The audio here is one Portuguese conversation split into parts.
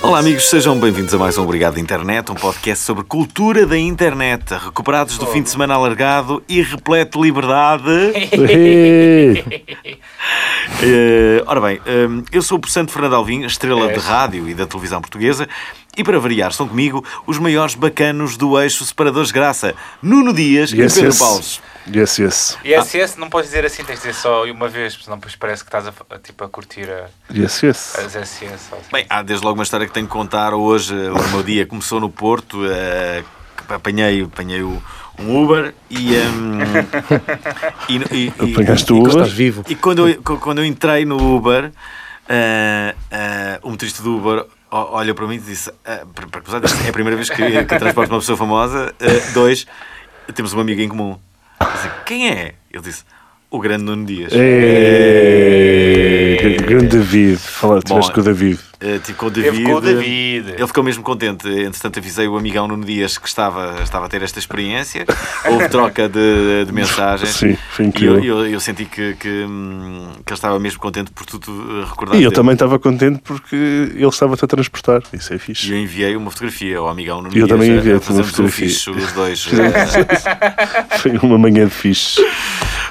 Olá, amigos, sejam bem-vindos a mais um Obrigado Internet, um podcast sobre cultura da internet, recuperados do fim de semana alargado e repleto de liberdade. Eh, ora bem, eh, eu sou o Santo Fernando Alvim, estrela de rádio e da televisão portuguesa, e para variar, estão comigo os maiores bacanos do eixo Separadores de Graça, Nuno Dias Yes, e Pedro yes. Paulo. Yes, yes. E Ah. SS não podes dizer assim, tens de dizer só uma vez, porque senão depois parece que estás a, a, tipo, a curtir a- Yes, yes. as SS. ou assim. Bem, há desde logo uma história que tenho que contar hoje. O meu dia começou no Porto, eh, apanhei, apanhei o- um Uber e. ehm, e, e- e- Apanhaste e- o Estás Uber? vivo. E quando eu, co- quando eu entrei no Uber, ah, ah, o motorista do Uber o- olha para mim e disse: ah, para, para começar, disse, é a primeira vez que, que transporto uma pessoa famosa. Ah, dois, temos uma amiga em comum. Eu disse, Quem é? Ele disse: O grande Nuno Dias. Ei, gr- Grande David. Fala, tiveste Bom, com o David. Ah, tive com o Eu David. fico com o David. Ele ficou mesmo contente. Entretanto, avisei o amigão Nuno Dias que estava, estava a ter esta experiência. Houve troca de, de mensagens. Sim, foi E eu, incrível. E eu, eu- eu senti que, que, hum, que ele estava mesmo contente por tudo eh, recordar. também estava contente porque ele estava-te a transportar. Isso é E fixe. eu enviei uma fotografia ao amigão Nuno Eu Dias, também a- a enviei-te uma fazermos um fotografia. fixe, os dois. eh. Foi uma manhã de fixe.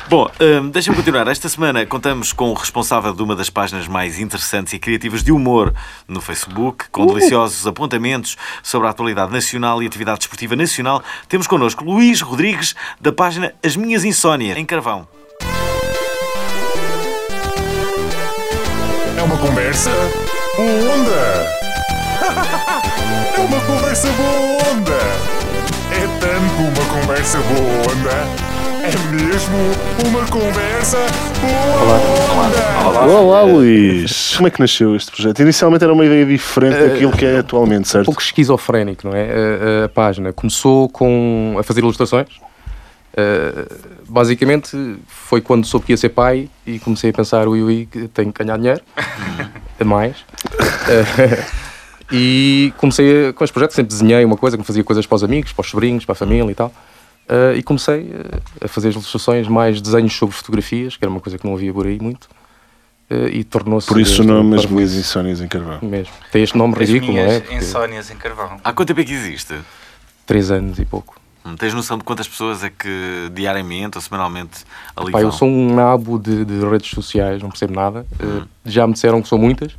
Bom, hum, deixa-me continuar. Esta semana contamos com o responsável de uma das páginas mais interessantes e criativas de humor no Facebook, com deliciosos apontamentos sobre a atualidade nacional e atividade desportiva nacional. Temos connosco Luís Rodrigues, da página As Minhas Insónias, em Carvão. É uma conversa boa onda. É uma conversa boa onda. É tanto uma conversa boa onda. É mesmo uma conversa boa onda. Olá, Luís. Como é que nasceu este projeto? Inicialmente era uma ideia diferente daquilo que é atualmente, Um certo? pouco esquizofrénico, não é? A, a- a página começou com a fazer ilustrações. Uh, basicamente foi quando soube que ia ser pai e comecei a pensar: ui, ui, que tenho que ganhar dinheiro, a mais. Uh, e comecei a- com este projeto, sempre desenhei uma coisa, que fazia coisas para os amigos, para os sobrinhos, para a família e tal. Uh, e comecei uh, a fazer as ilustrações, mais desenhos sobre fotografias, que era uma coisa que não havia por aí muito. Uh, e tornou-se. Por isso o este nome As parvo- Minhas Insónias em Carvão. mesmo. Tem este nome As ridículo, não minhas é? Porque- Ah, insónias em carvão. Há quanto tempo é que existe? três anos e pouco. Hum, Tens noção de quantas pessoas é que diariamente ou semanalmente ali Pá, vão? eu sou um nabo de, de redes sociais, não percebo nada. Eh, já me disseram que são muitas.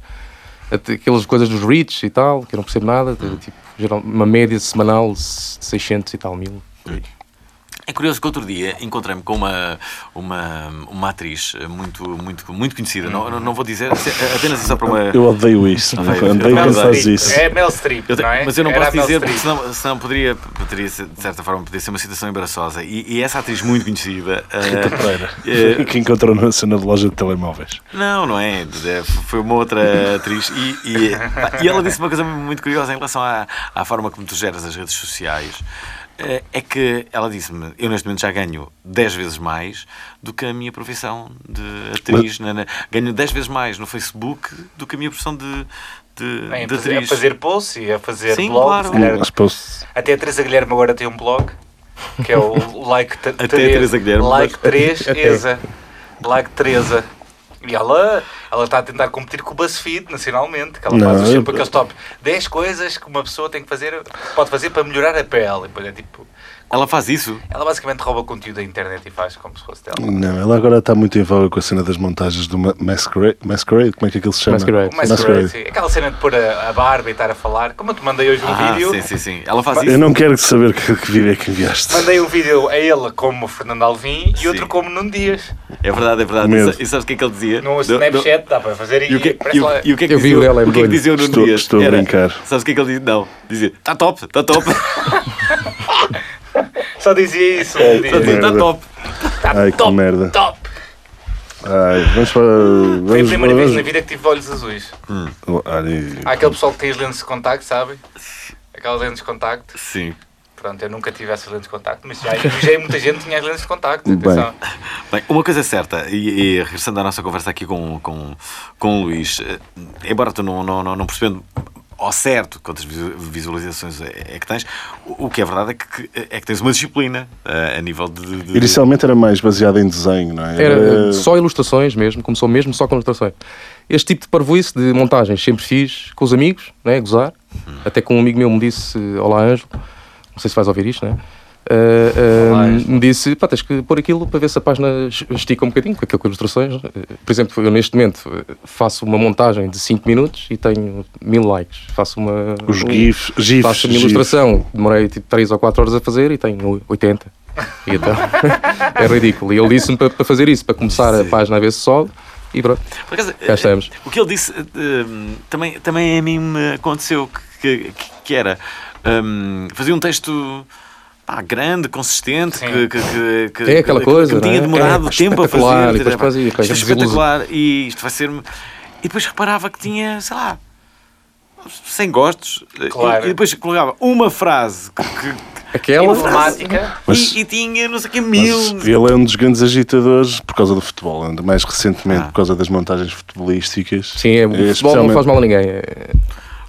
Até Aquelas coisas dos reach e tal, que eu não percebo nada. Tipo, geral- uma média semanal de 600 e tal mil. por aí. É curioso que outro dia encontrei-me com uma, uma, uma atriz muito, muito, muito conhecida. Não, não, não vou dizer, se- apenas só para uma. Eu odeio isso. Ah, meu. vai, Odeio vai, quando vai. fazes isso. É Mel Strip, Eu te- não é? Mas eu não Era posso Mel dizer, Streep. porque senão, senão poderia, poderia ser, de certa forma, poderia ser uma situação embaraçosa. E, e essa atriz muito conhecida. eh, Rita Pereira. Que encontrou na cena de loja de telemóveis. Não, não é. É, Foi uma outra atriz. E, e- pá, e ela disse uma coisa muito curiosa em relação à, à forma como tu geras as redes sociais. Eh, É que ela disse-me: eu neste momento já ganho 10 vezes mais do que a minha profissão de atriz. na- na- ganho 10 vezes mais no Facebook do que a minha profissão de, de, Bem, a de fazer- atriz. a fazer posts e a fazer Sim, blogs. claro. se calhar. Mas posso- Até a Teresa Guilherme agora tem um blog, que é o Like T- Até a Teresa Guilherme. Like 3 Eza. Like Teresa. E ela ela está a tentar competir com o BuzzFeed nacionalmente, que ela Não, faz sempre eu- aqueles top 10 coisas que uma pessoa tem que fazer, pode fazer para melhorar a pele. E depois é tipo, Ela faz isso. ela basicamente rouba conteúdo da internet e faz como se fosse dela. Não, ela agora está muito em voga com a cena das montagens do Ma- Masquerade. Masquerade? Como é que aquilo se chama? Masquerade. O mais Masquerade. crazy, aquela cena de pôr a, a barba e estar a falar, como eu te mandei hoje um Ah, vídeo, sim, sim, sim. Ela faz Eu isso. não quero saber que, que vídeo é que enviaste. mandei um vídeo a ele como Fernando Alvim e outro Sim. como Nuno Dias. É verdade, é verdade. Medo. E sabes o que é que ele dizia? No Do- do- Snapchat dá para fazer e, E o que, parece e o, lá- e o que é que Eu vi dizia- o dela, é o que é que muito dizia o Nuno Estou- Dias? estou a Era- brincar. "Tá Sabes o que é que ele dizia? Não, dizia, está top, está top. Só dizia isso. É, um dia. só dizia- Está Merda. top. Ai, que merda. Top! Ai, vamos para. Vamos, Oh, Foi a primeira vez vamos- na vida que tive olhos azuis. Ai, Há aquele pessoal que tem as lentes de contacto, sabem? Aquelas lentes de contacto. Sim. Pronto, eu nunca tive essas lentes de contacto, mas já, já muita gente que tinha as lentes de contacto. Bem. Atenção. Bem, uma coisa é certa, e, e regressando à nossa conversa aqui com, com, com o Luís, eh, embora tu não, não, não, não percebendo ao certo quantas visu- visualizações é, é que tens, o, o que é verdade é que, que- é que tens uma disciplina eh, a nível de. de- de- Inicialmente era mais baseado em desenho, não é? Era eh, só ilustrações mesmo, começou mesmo só com ilustrações. Este tipo de parvoíce de montagens sempre fiz com os amigos, né, gozar. Até que um amigo meu me disse: Olá, Ângelo, não sei se vais ouvir isto, né? Eh, eh, Olá, Ângelo. me disse: Pá, tens que pôr aquilo para ver se a página es- estica um bocadinho, com aquilo com ilustrações. Eh, Por exemplo, eu neste momento eh, faço uma montagem de 5 minutos e tenho mil likes. Faço uma. Os um- GIFs, GIFs. Faço uma GIFs. ilustração, demorei tipo 3 ou 4 horas a fazer e tenho 80. E então, é ridículo. E ele disse-me para, para fazer isso, para começar a página a ver se sobe e pronto. Por acaso, eh, Cá estamos. O que ele disse eh, eh, também, também a mim me aconteceu, que, que, que era hum, fazer um texto pá, grande, consistente, Sim. que, que, que- que- É aquela que- coisa, que me tinha não é? demorado É, tempo a espetacular, fazer. e depois coisa, e isto depois é desiluso. espetacular e isto vai ser. E depois reparava que tinha, sei lá, 100 gostos. E- Claro. E, depois colocava uma frase que. que- Aquela. Informática. Mas- e, e tinha não sei o que Mas mil. ele é um dos grandes agitadores por causa do futebol, ainda mais recentemente Ah. por causa das montagens futebolísticas. Sim, é, o futebol não especialmente- faz mal a ninguém. É-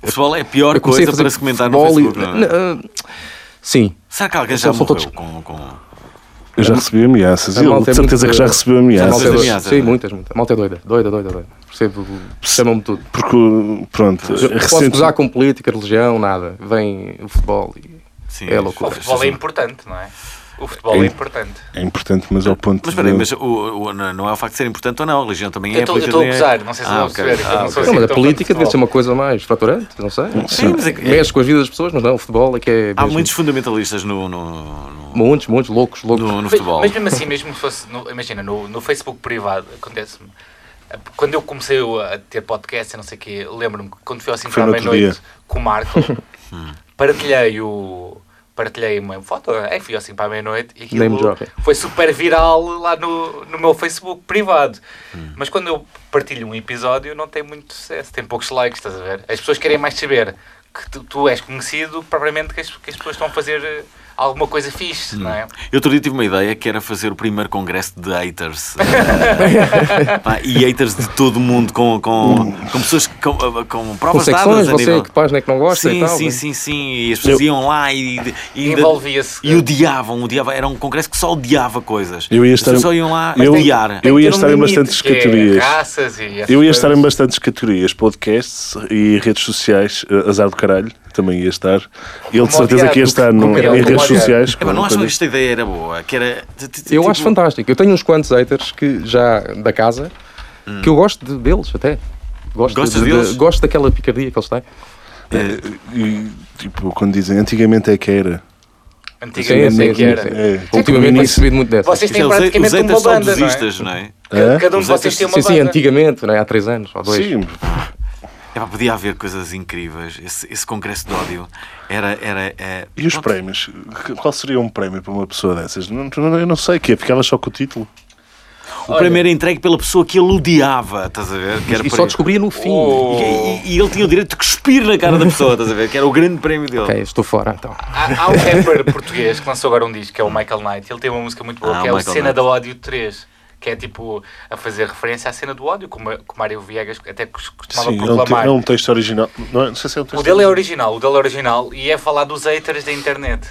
O futebol é a pior eu comecei coisa a fazer para se comentar no futebol e- Facebook. não é? N- ah, Sim, Será que alguém Só já são morreu todos- com- com... Eu já recebi ameaças. A Eu malta de é certeza muito- que já recebi a ameaças. malta é doida. ameaças, Sim, não é? muitas, muitas. A malta é doida, doida, doida, doida. Percebo, chamam-me tudo. Porque, pronto, Eu Posso recente- gozar com política, religião, nada. Vem o futebol e. Sim, É loucura. O futebol é importante, não é? O futebol é É. importante. é importante, mas ao ponto Mas peraí, de... mas o- o- não é o facto de ser importante ou não, a religião também é Eu tô- eu política tô a também é- gozar, não sei se vão ok. perceber, eu Ah, não sou ok. Não, mas a então, política futebol. deve ser uma coisa mais fraturante, não sei. Sim, mas é que- Mexe com as vidas das pessoas, mas não, o futebol é que é. Há mesmo- muitos fundamentalistas no, no, no- Muitos, muitos, loucos, loucos. no- no Mas- futebol. Mas mesmo assim, mesmo se fosse, no- imagina, no, no Facebook privado, acontece-me. Quando eu comecei a ter podcast e não sei o quê, lembro-me que quando fui ao cinema Foi à no outro meia-noite dia. com o Marco, Hum. partilhei o. Partilhei uma foto, é, fui assim para a meia-noite e Name aquilo dropping. foi super viral lá no, no meu Facebook privado. Hum. Mas quando eu partilho um episódio, não tem muito sucesso, tem poucos likes, estás a ver? As pessoas querem mais saber que tu, tu és conhecido, propriamente que as, que as pessoas estão a fazer eh, alguma coisa fixe, Hum. não é? Eu outro dia tive uma ideia que era fazer o primeiro congresso de haters. Eh, pá, e haters de todo o mundo, com, com, com pessoas que- com, com Com provas secções, dadas a você nível. que página é que não gosta sim, e tal. sim, né? sim, sim. E as pessoas Eu- iam lá e, e, ainda- Envolvia-se. e odiavam, odiavam. Era um congresso que só odiava coisas. Eu ia As estar- pessoas só iam lá eu- odiar. eu ia ter um estar em limite, bastantes que é categorias. raças e essas Eu ia estar coisas. em bastantes categorias, podcasts e redes sociais, eh, azar do caralho, também ia estar. Ele de certeza que ia estar no, Como em odiado. redes sociais. Epá, não com- acham com- que esta ideia era boa? Que era, t- t- t- Eu tipo- acho fantástico. Eu tenho uns quantos haters que já da casa que eu gosto de- deles até. Gosto, Hum. Gostas de- de- deles? gosto daquela picardia que eles têm. E, tipo, quando dizem, antigamente é que era. Antigamente Sim, é sim, que era. sim, É. Ultimamente no tenho início- recebido muito dessas. Vocês Isto é, têm os hate- praticamente os uma haters são banda, não é? desistas, não é? Hã? Cada um de Os haters- vocês tem uma Sim, banda. sim, antigamente, né? há três anos ou dois. Sim, Epá, podia haver coisas incríveis. Esse, esse congresso de ódio era. era é, e os pronto. prémios? Que- Qual seria um prémio para uma pessoa dessas? Não, não- eu não sei, que é, ficava só com o título. O primeiro era entregue pela pessoa que ele odiava, estás a ver? Que era E por só aí. descobria no fim. Oh. E, e- e ele tinha o direito de cuspir na cara da pessoa, estás a ver? Que era o grande prémio dele. Ok, estou fora então. Há, há um rapper português que lançou agora um disco, que é o Michael Knight. Ele tem uma música muito boa, Ah, que o é o Michael Cena Knight. da Ódio 3. Que é tipo a fazer referência à cena do ódio, como, como Mário Viegas até cos- costumava Sim, é um, te- proclamar. é um texto original. Não, é- não sei se é um texto O dele é original, o dele é original e é falar dos haters da internet.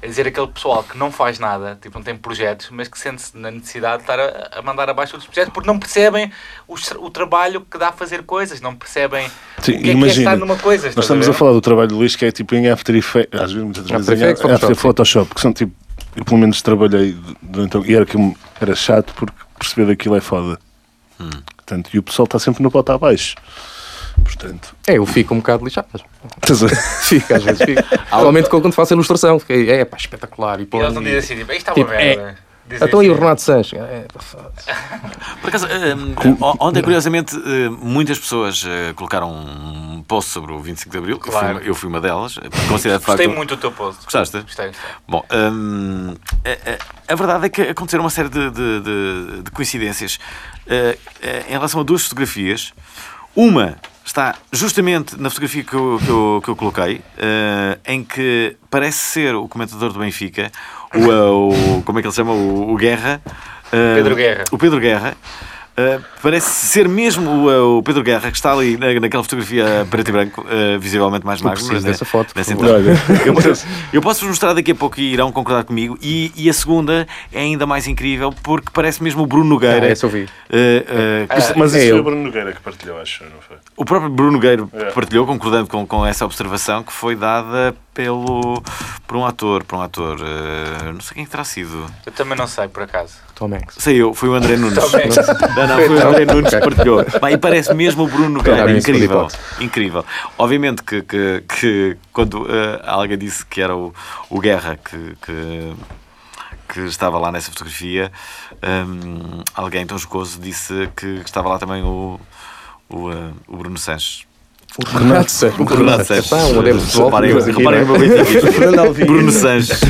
É dizer aquele pessoal que não faz nada, tipo, não tem projetos, mas que sente-se na necessidade de estar a, a mandar abaixo os projetos porque não percebem os tra- o trabalho que dá a fazer coisas, não percebem Sim, o que é, que é imagina, estar numa coisa. Nós estamos a ver? falar do trabalho do Luís que é tipo em After Effects, às vezes muitas vezes After em Effects, After Photoshop, sim. Photoshop, que são tipo, eu pelo menos trabalhei durante e era, que eu- era chato porque perceber aquilo é foda. Hum. Portanto, e o pessoal está sempre no bota abaixo. Portanto, É, eu fico um bocado lixado. mas estás a- Fico, às vezes fico. Principalmente quando faço a ilustração. fiquei, É, pá, espetacular. E, pô, E eles não e- dizem assim, tipo, isto está uma Tipo, é, merda. Dizem Então e o assim. Renato Sanches? É, Por acaso, hum, o- ontem, curiosamente, hum, muitas pessoas eh, colocaram um post sobre o 25 de Abril. Eu fui Claro. uma- Eu, fui, uma delas. eh, Considero, de Gostei facto- muito do teu post. Gostaste? Gostei, gostei. Bom, hum, a, a- a verdade é que aconteceram uma série de, de- de- de coincidências eh, eh, em relação a duas fotografias. Uma está justamente na fotografia que eu, que eu- que eu coloquei, eh, em que parece ser o comentador do Benfica, o, eh, o- como é que ele se chama? O, o Guerra. eh, Pedro Guerra. O Pedro Guerra. eh, parece ser mesmo o, eh, o Pedro Guerra que está ali na- naquela fotografia preto e branco, eh, visivelmente mais magro. preciso né? dessa foto, por Nesse favor. entanto. Olha, Eu, eu posso-vos mostrar daqui a pouco e irão concordar comigo. E, e a segunda é ainda mais incrível porque parece mesmo o Bruno Nogueira. Ah, essa eu vi. Eh, eh, que se- mas é isso foi ele. o Bruno Nogueira que partilhou, acho, não foi? o próprio Bruno Nogueira É. partilhou, concordando com, com essa observação que foi dada pelo, por um ator. Por um ator eh, não sei quem que terá sido. Eu também não sei, por acaso. Tom Hanks. Sei eu, foi o André Nunes. Também. Não, não, foi o André Nunes que partilhou. Pá, e parece mesmo o Bruno Nogueira. Claro, isso foi Incrível. hipótese. Incrível. Obviamente que, que, que quando eh, alguém disse que era o, o Guerra que, que, que estava lá nessa fotografia, hum, alguém tão jocoso disse que estava lá também o, o, eh, o Bruno Sanches. O Renato Sanches. O Renato Sanches. Epá, um adepto de futebol. Reparem, mas aqui, reparem o não é? meu benfiquismo. Fernando Alvim. Bruno Sanches.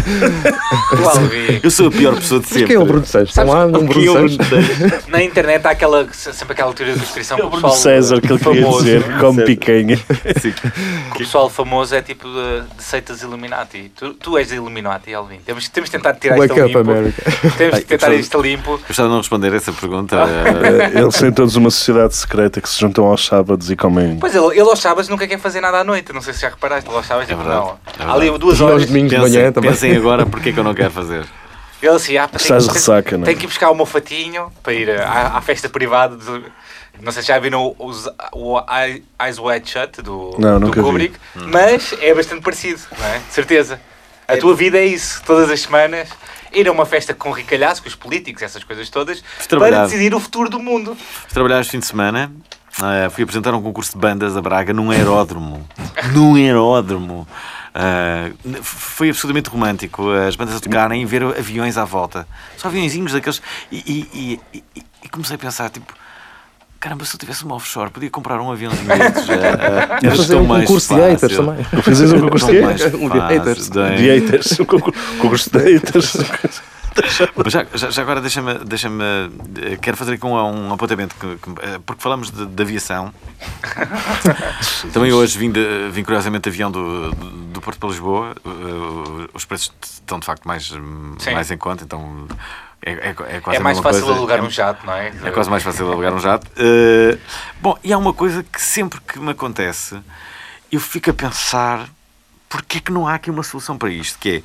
Eu Alvi. Eu sou a pior pessoa de Mas sempre. quem é o Bruno Sanches? Não há um Quem é o Bruno Sanches? Sanches? Na internet há aquela, sempre aquela teoria da descrição que o Bruno pessoal César, que ele queria famoso, dizer, come picanha. Sim. que o pessoal famoso é tipo de, de seitas Illuminati. Tu, tu és Illuminati, Alvin. Temos, temos de tentar tirar é isto Wake a up, limpo. America. Temos de Ai, tentar eu- isto a limpo. Eu gostava de não responder essa pergunta. Ah. Eles têm todos uma sociedade secreta que se juntam aos sábados e comem. Pois ele, ele aos sábados nunca quer fazer nada à noite. Não sei se já reparaste. Ele aos sábados tipo, verdade, não. é verdade. Há ali duas E aos horas. domingos de Eh, pensem, manhã também. pensem agora porque é que eu não quero fazer. Ele assim, ah, pá, Estás tenho- de ressaca, não é? Tenho que ir buscar o meu fatinho para ir eh, à, à festa privada. de- não sei se já viram os, o Eye- Eyes Wide Shut do, Não, do nunca vi. Kubrick, Hum. mas é bastante parecido, não é? De certeza. A tua vida é isso, todas as semanas. Ir a uma festa com ricalhaço, com os políticos, essas coisas todas, para Trabalhar. decidir o futuro do mundo. Trabalhar este fim de semana, eh, fui apresentar um concurso de bandas a Braga num aeródromo. num aeródromo. Eh, n- foi absolutamente romântico eh, as bandas a tocarem e ver aviões à volta. Só aviõezinhos daqueles. E, e- e- e- e comecei a pensar, tipo. Caramba, se eu tivesse uma offshore, podia comprar um aviãozinho eh, desses. Era Mas fazer um concurso de haters também. Fazes um concurso de haters? Um de haters. De haters. Um concur- concurso de é haters. Mas já, já- já agora deixa-me. Deixa quero fazer aqui um, um apontamento, que- que- eh, porque falamos de, de aviação. Também hoje vim, de- vim curiosamente de avião do, do Porto para Lisboa. Eh, Os preços estão de facto mais, hum, Sim. mais em conta, então é, é, é quase é a mais mesma fácil coisa. alugar É- um jato, não é? é quase mais fácil alugar um jato. Uh, bom, e há uma coisa que sempre que me acontece, eu fico a pensar porque é que não há aqui uma solução para isto, que é,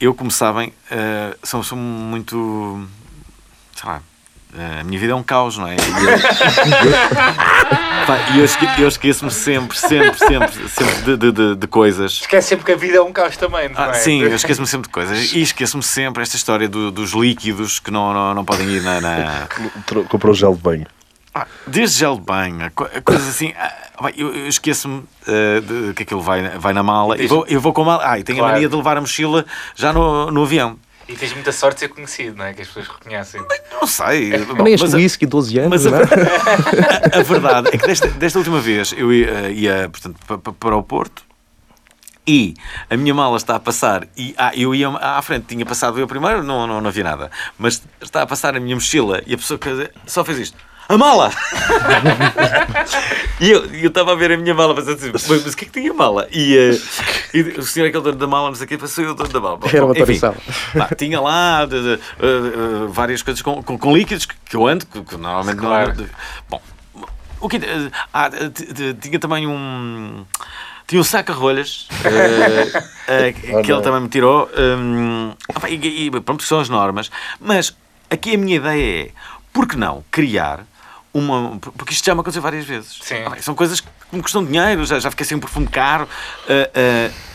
eu como sabem, uh, sou, sou muito, sei lá, uh, a minha vida é um caos, não é? E eu- Pá, E eu, esque- eu esqueço-me sempre, sempre, sempre, sempre de- de- de- de coisas. Esquece sempre que a vida é um caos também, não Ah, é? Sim, eu esqueço-me sempre de coisas. E esqueço-me sempre esta história do- dos líquidos que não, não, não podem ir na- na, Tro- Comprou gel de banho. Ah, Desde gel de banho, a co- a coisas assim. ah, bem, Eu, eu esqueço-me ah, de que aquilo vai, na- vai na mala. Eu vou, eu vou com a mala. Ah, e tenho Claro. a mania de levar a mochila já no, no avião. E tens muita sorte de ser conhecido, não é? Que as pessoas reconhecem. Não sei. bom, Nem este mas a- whisky, 12 anos, mas a- não é? a, verdade é que desta, desta última vez eu ia, ia, portanto, pa- pa- para o Porto e a minha mala está a passar e ah, eu ia à frente, tinha passado eu primeiro, não, não, não havia nada, mas está a passar a minha mochila e a pessoa que só fez isto. A mala! e eu eu estava a ver a minha mala, mas assim, mas, mas o que é que tinha a mala? E, eh, e o senhor, aquele dono da mala, não sei o que, passou eu o dono da mala. Era uma Enfim, aparição. Pá, tinha lá de- de, uh, uh, várias coisas com, com- com líquidos que, que eu ando, que, que normalmente Claro. não. Bom, o que, uh, ah, t- t- tinha também um. Tinha um saco a rolhas uh, uh, Oh, que que ele também me tirou. um, ah, pá, e, e pronto, são as normas. Mas aqui a minha ideia é: por que não criar uma. Porque isto já me aconteceu várias vezes. Sim. eh, Ah, bem, são coisas que me custam dinheiro, já, já fiquei sem um perfume caro. uh, uh,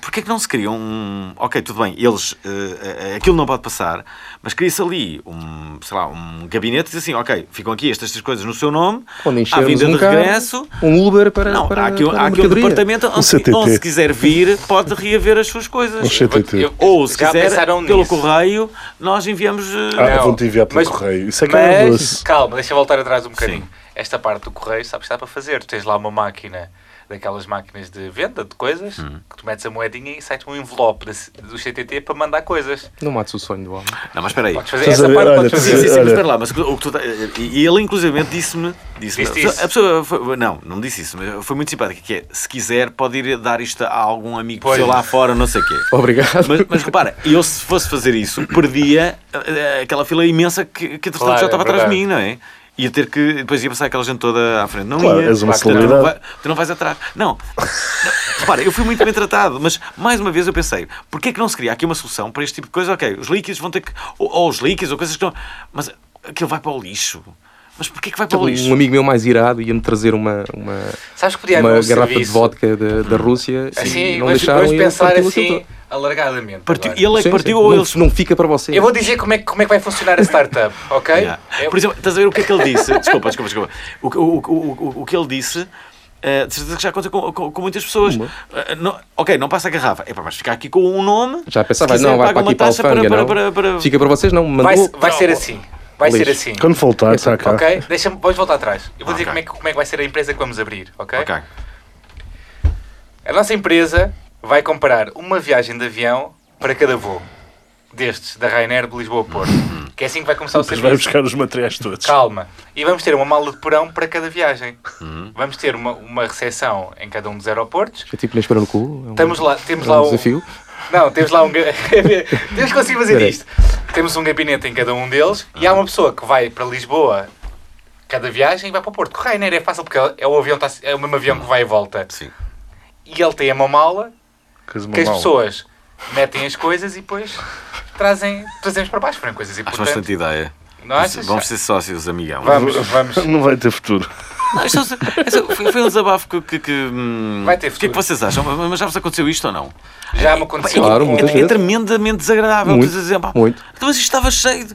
Porquê é que não se cria um. Ok, tudo bem, eles. eh, eh, aquilo não pode passar, mas cria-se ali um, sei lá, um gabinete e diz assim: ok, ficam aqui estas três coisas no seu nome, Quando à enchermos vinda um de carro, regresso. um Uber para, Não, para, há aqui, para há a aqui um mercadoria. departamento onde, se- CTT. onde se quiser vir, pode reaver as suas coisas. Um CTT. Ou se já quiser, pensaram pelo nisso. correio, nós enviamos. eh, Ah, Não, vão-te enviar pelo mas- correio. Isso é que era Mas, doce. calma, deixa eu voltar atrás um bocadinho. Esta parte do correio, sabes que dá para fazer. Tu tens lá uma máquina, daquelas máquinas de venda de coisas, Hum. que tu metes a moedinha e sai-te um envelope desse- do CTT para mandar coisas. Não mates o sonho do homem. Não, mas espera aí. Podes fazer Estás a essa ver? parte, Olha, podes estás a Sim, fazer. sim, sim, Olha. mas espera lá, mas o que tu- o que tu tá- e ele inclusive disse-me, disse-me, Disse-te isso? a pessoa foi- não, não me disse isso, mas foi muito simpática, que é, se quiser pode ir dar isto a algum amigo Pois. seu lá fora, não sei o quê. Obrigado. Mas, mas repara, eu se fosse fazer isso, perdia eh, eh, aquela fila imensa que, que entretanto Claro, já é estava atrás de verdade. mim, não é? Ia ter que. Depois ia passar aquela gente toda à frente. Não Claro, ia. és uma tu não celebridade. vai- tu não vais atrás. Não. Repara, eu fui muito bem tratado, mas mais uma vez eu pensei, porquê é que não se cria aqui uma solução para este tipo de coisa? Ok, os líquidos vão ter que. Ou, ou os líquidos, ou coisas que não. Mas aquilo vai para o lixo. Mas porquê é que vai para o lixo? Um amigo meu mais irado ia-me trazer uma, uma, Sabes que podia haver uma um garrafa de serviço? vodka da, da Rússia Assim, e não mas deixaram depois e ele pensar partiu aquilo assim, todo. alargadamente. Partiu- agora. ele é que Sim, partiu sim. ou não, eles. não fica para você. Eu vou dizer como é, que- como é que vai funcionar a startup, ok? É, Yeah. Eu- Por exemplo, estás a ver o que é que ele disse? Desculpa, desculpa, desculpa. O, que- o, o, o, o que ele disse. eh, de certeza que já aconteceu com, com, com muitas pessoas. Eh, não- ok, não passa a garrafa. É para mas ficar aqui com um nome. Já pensava, se quiser, não, vai paga para uma aqui para a taxa para- alfândega, não? para- para- para- Fica para vocês, não? Mandou. vai, vai ser assim. Vai ser Lixo. assim. Quando voltar, está cá. Ok? Deixa-me, vamos voltar atrás. Eu vou dizer Ok. como é, que, como é que vai ser a empresa que vamos abrir, ok? Ok. A nossa empresa vai comprar uma viagem de avião para cada voo. Destes, da Ryanair de Lisboa a Porto. Que é assim que vai começar o Depois vai serviço. buscar os materiais todos. Calma. E vamos ter uma mala de porão para cada viagem. Vamos ter uma, uma recepção em cada um dos aeroportos. É tipo nem esperando no cu. É um, Temos lá, temos é lá um um- desafio. Não, temos lá um. ga- temos que conseguir fazer Espera aí. isto. Temos um gabinete em cada um deles e há uma pessoa que vai para Lisboa cada viagem e vai para o Porto. Com Ryanair é fácil porque é o, avião, tá- é o mesmo avião que vai e volta. Sim. E ele tem uma mala Coisa que as mal. pessoas metem as coisas e depois trazem, trazemos para baixo. Foram coisas Acho uma importantes. excelente ideia. Não achas? Vamos ser sócios, amigão. Vamos, vamos. Não vai ter futuro. Não, isto é só- é só- foi, foi um desabafo que. que, que hum, Vai ter O que é que futuro. vocês acham? Mas já vos aconteceu isto ou não? Já me aconteceu. Claro, com- muitas É vezes. tremendamente desagradável. Muito, Estou a dizer, pá, muito. Então, mas isto estava cheio. de-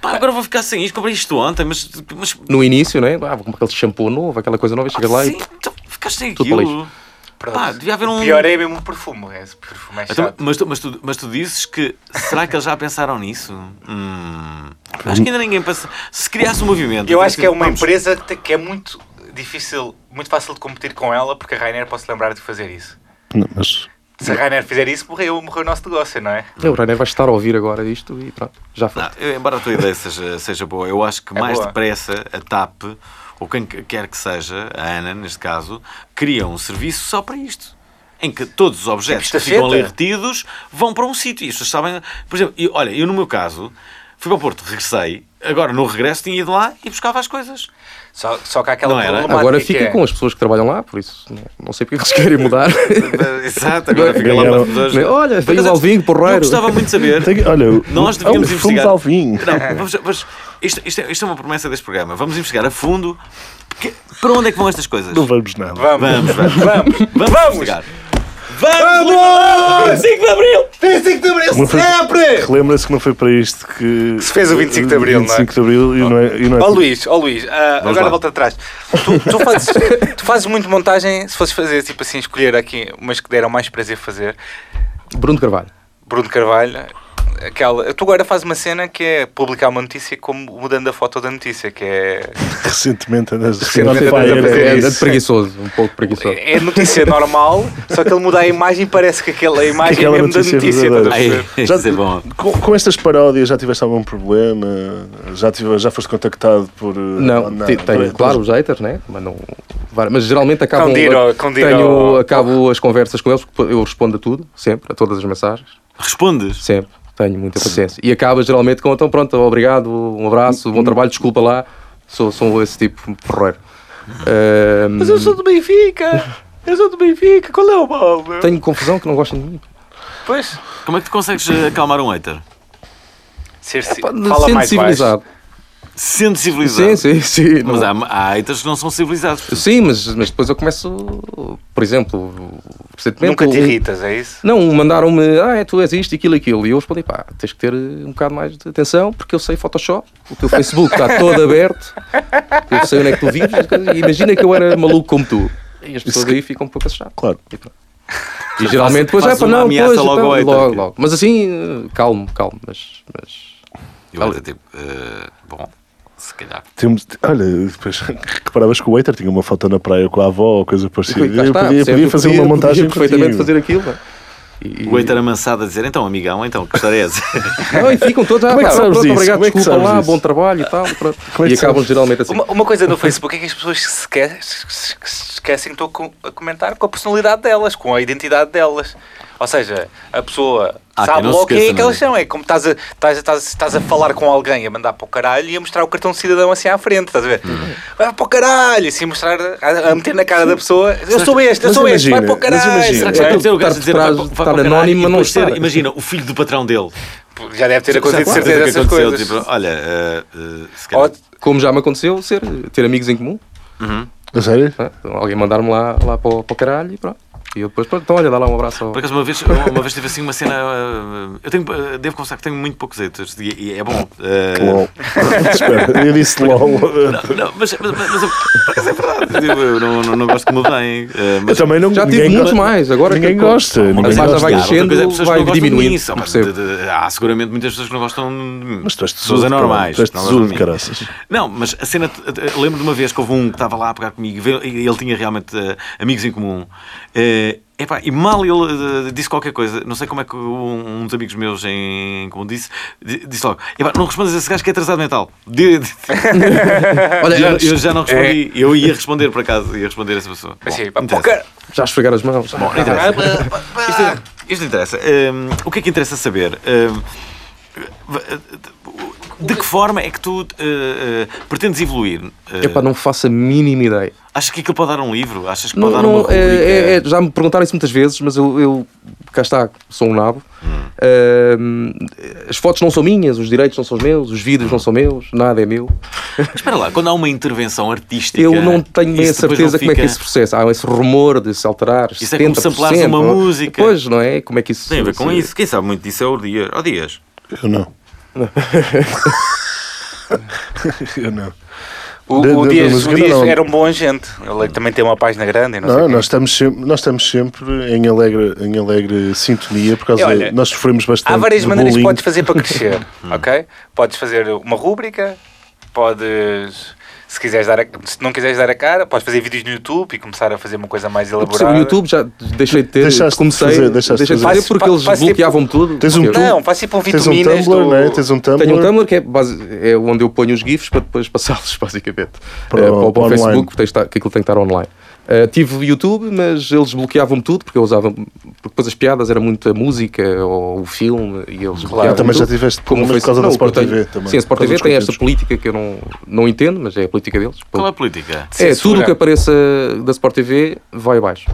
Pá, agora vou ficar sem isto. Comprei isto ontem, mas. mas No início, né? Ah, vou comprar aquele shampoo novo, aquela coisa nova, Ah, chegas lá sim, e então, ficaste sem Tudo para o aquilo. Pronto. Pá, devia haver um. O pior é mesmo o perfume. Esse perfume é Então, chato. mas, tu, mas, tu, mas tu dizes que. Será que eles já pensaram nisso? Hum, acho que ainda ninguém pensa. Se criasse um movimento. Eu acho que é uma Vamos. empresa que te- que é muito difícil, muito fácil de competir com ela, porque a Rainer pode se lembrar de fazer isso. Não, mas Se a Rainer fizer isso, morreu, morreu o nosso negócio, não é? É, o Rainer vai estar a ouvir agora isto e pronto, já foi. Não, eu- embora a tua ideia seja, seja boa, eu acho que É mais boa. depressa a TAP, ou quem que- quer que seja, a ANA neste caso, cria um serviço só para isto. Em que todos os objetos Tipo que ficam ali estafeta. retidos vão para um sítio. E as pessoas sabem. Por exemplo, eu- olha, eu no meu caso fui para o Porto, regressei, agora no regresso tinha ido lá e buscava as coisas. Só, só que há aquela Não era? problemática Agora que fica é- com as pessoas que trabalham lá, por isso não, não sei porque eles querem mudar. Exato, é? agora fica lá Ganharam- para pessoas. Olha, Por veio acaso, o Alvinho, porreiro. é Eu gostava muito de saber. Tem que- olha, o- Nós um devíamos o- olha, fumo investigar. de Alvinho. Não, vamos, vamos- isto, isto é, isto é uma promessa deste programa. Vamos investigar a fundo que- para onde é que vão estas coisas. não vamos nada. Vamos, Vamos, vamos. vamos, Vamos! vamos! investigar. Vamos! 5 de Abril! 25 de Abril, Uma coisa- sempre! Relembra-se que não foi para isto que. Se fez o 25 de Abril, não é? 25 de Abril e não é. E não é Ó Luís, ó Luís, ah, agora lá. volta atrás. Tu, tu fazes, tu fazes muito montagem, se fosses fazer, tipo assim, escolher aqui umas que deram mais prazer fazer, Bruno Carvalho. Bruno Carvalho, aquela. Tu agora fazes uma cena que é publicar uma notícia como mudando a foto da notícia, que é. Recentemente andas Anda- Fire, anda- fazer anda- é- anda isso. preguiçoso, um pouco preguiçoso. É notícia normal, só que ele muda a imagem e parece que aquela imagem aquela é mesmo notícia é da notícia. verdadeira. estás a perceber? Já- Isso é bom. Com, com estas paródias já tiveste algum problema? Já, tive, já foste contactado por. eh, Não, te- tenho, é claro, os haters, né? Mas, não, var- mas geralmente acabam. Condiro- condiro- tenho, acabo as conversas com eles, porque eu respondo a tudo, sempre, a todas as mensagens, Respondes? sempre. Tenho muita paciência. E acaba geralmente com: então pronto, obrigado, um abraço, bom trabalho, desculpa lá. Sou, sou esse tipo porreiro. Ahm, Mas eu sou do Benfica! Eu sou do Benfica! Qual é o mal? meu? tenho confusão que não gostam de mim. Pois, Como é que tu consegues eh, acalmar um hater? ser ci- Pá, fala sendo mais baixo. civilizado. Sendo civilizado. Sim, sim, sim. Mas não- há, há haters que não são civilizados. Sim, mas, mas depois eu começo, por exemplo, recentemente. Nunca te um- irritas, é isso? Não, mandaram-me, ah, é, tu és isto, aquilo, aquilo. E eu respondi, pá, tens que ter eh, um bocado mais de atenção, porque eu sei Photoshop, o teu Facebook está todo aberto, eu sei onde é que tu vives, as coisas. E imagina que eu era maluco como tu. E as pessoas Isso que- aí ficam um pouco assustadas. Claro. E, pronto. E geralmente, depois, faz é para uma não, ameaça pois, logo então, ao hater, logo, que- logo. Mas assim, eh, calmo, calmo, mas... mas... Eu até tipo, eh, bom, se calhar. Temos, olha, depois reparavas que o waiter tinha uma foto na praia com a avó ou coisa parecida. Lá Eu está, podia, percebes? podia Eu fazer podia- uma podia montagem perfeitamente contigo. fazer aquilo. não é? E- O Goiter amassado a dizer, então, amigão, então, que história é essa? Não, e ficam todos, ah, Como é que pá, sabes pronto, isso? obrigado, Como é que desculpa sabes lá, isso? bom trabalho e tal. pronto. Como é que e acabam sabes? geralmente assim. Uma, uma coisa do Facebook é que as pessoas se esque- se- se- se esquecem que estou co- a comentar com a personalidade delas, com a identidade delas. Ou seja, a pessoa Ah, quem sabe não se logo quem é esqueça, que elas não é? são. É como estás a, estás, a- estás, a- estás a falar com alguém, a mandar para o caralho e a mostrar o cartão de cidadão assim à frente, estás a ver? Vai para o caralho, assim a mostrar, a, a meter na cara da pessoa, eu sou este, eu mas sou este, vai imagina, para o mas caralho. imagina. Será que não vai é? acontecer o gajo Estar dizer, por vai trás, para- vai para estar o caralho anónimo, e mas não depois ser- estar. Imagina, o filho do patrão dele. Já deve ter acontecido de Sabe certeza é que essas aconteceu? coisas. Tipo, olha, eh, eh, se Ou- calhar... Como já me aconteceu, ser, ter amigos em comum. A sério? né? Alguém mandar-me lá, lá para, o, para o caralho e pronto. E eu depois, pronto, então olha, dá lá um abraço. ao- Por acaso, uma vez, uma vez tive assim uma cena. eh, Eu tenho, eh, devo confessar que tenho muito poucos haters e, e é bom. eh, LOL. Espera, eu disse LOL. não, não, mas, mas, mas, mas eu- por acaso é verdade. Eu, eu não, não, não gosto que me odeiem. eh, Eu mas também não Já tive ninguém muitos gosta- mais, agora Ninguém que- gosta. Uma Ninguém coisa gosta. vai Claro, outra crescendo, coisa é pessoas que vai não gostam de diminuindo, mim, só, mas percebo. de- de- Há seguramente muitas pessoas que não gostam de mim. Mas tu és pessoas tesudo, anormais. caralho, tu és não gostam tesudo, de mim. caraças. Não, mas a cena. eu Lembro de uma vez que houve um que estava lá a pegar comigo e veio- e ele tinha realmente eh, amigos em comum. Eh, epá, e mal ele eh, disse qualquer coisa, não sei como é que um, um dos amigos meus em comum disse, di- disse logo: epá, não respondas a esse gajo que é atrasado mental. De- de- olha, já- já, eu já não respondi, eu ia responder por acaso, ia responder a essa pessoa. Bom, Assim, vai não para o interessa. caralho. esfregar as mãos. Bom, é- não interessa. Isto, é- isto não interessa. Hum, o que é que interessa saber? Hum, de que forma é que tu eh, eh, pretendes evoluir? Eh, Epá, não faço a mínima ideia. Achas que aquilo pode dar um livro? Achas que Não, pode dar não, uma rubrica? é- é- é- já me perguntaram isso muitas vezes, mas eu, eu cá está, sou um nabo. Hum. Ah, as fotos não são minhas, os direitos não são meus, os vídeos não são meus, nada é meu. Mas espera lá, quando há uma intervenção artística... Eu não tenho bem a isso depois certeza não como é que fica- esse processo. Há esse rumor de se alterar. Isso é como 70%, samplares uma ou- música. Pois, não é? Como é que isso. Tem a ver com se- isso. Quem sabe muito disso é o Dias. Ó Dias. Eu não. Eu não. O, Da- o da- da Dias, música o Dias não. era um bom agente. Ele também tem uma página grande. e Não, sei Não, o quê. nós estamos sempre, nós estamos sempre em, alegre, em alegre sintonia por causa E olha, de, nós sofremos bastante. Há várias de maneiras que bullying. podes fazer para crescer, Hum. ok? Podes fazer uma rúbrica, podes... Se, quiseres dar a- se não quiseres dar a cara, podes fazer vídeos no YouTube e começar a fazer uma coisa mais Eu percebo, elaborada. no YouTube já deixei de ter, Deixaste de comecei, fazer, deixaste deixei de de fazer, fazer. Faz- porque fa- eles faz tipo- bloqueavam-me tudo. Tens um Eu- tubo. Não, faz tipo um Tens um vitaminas Tumblr, do... né? Tens um Tumblr. Tenho um Tumblr que é, base- é onde eu ponho os GIFs para depois passá-los, basicamente. Para Eh, o- para, o- para o online. Facebook, que, tem que estar- que aquilo tem que estar online. Eh, tive YouTube, mas eles bloqueavam-me tudo, porque eu usava. Porque depois as piadas era muito a música ou o filme, e eles bloqueavam. também já tudo. tiveste o problemas por causa da Facebook- Sport não, o que eu TV também, Sim, a Sport por causa TV dos tem esta conteúdos. política que eu não, não entendo, mas é a política deles. Qual é a política? É, Censura. tudo o que apareça da Sport TV vai abaixo.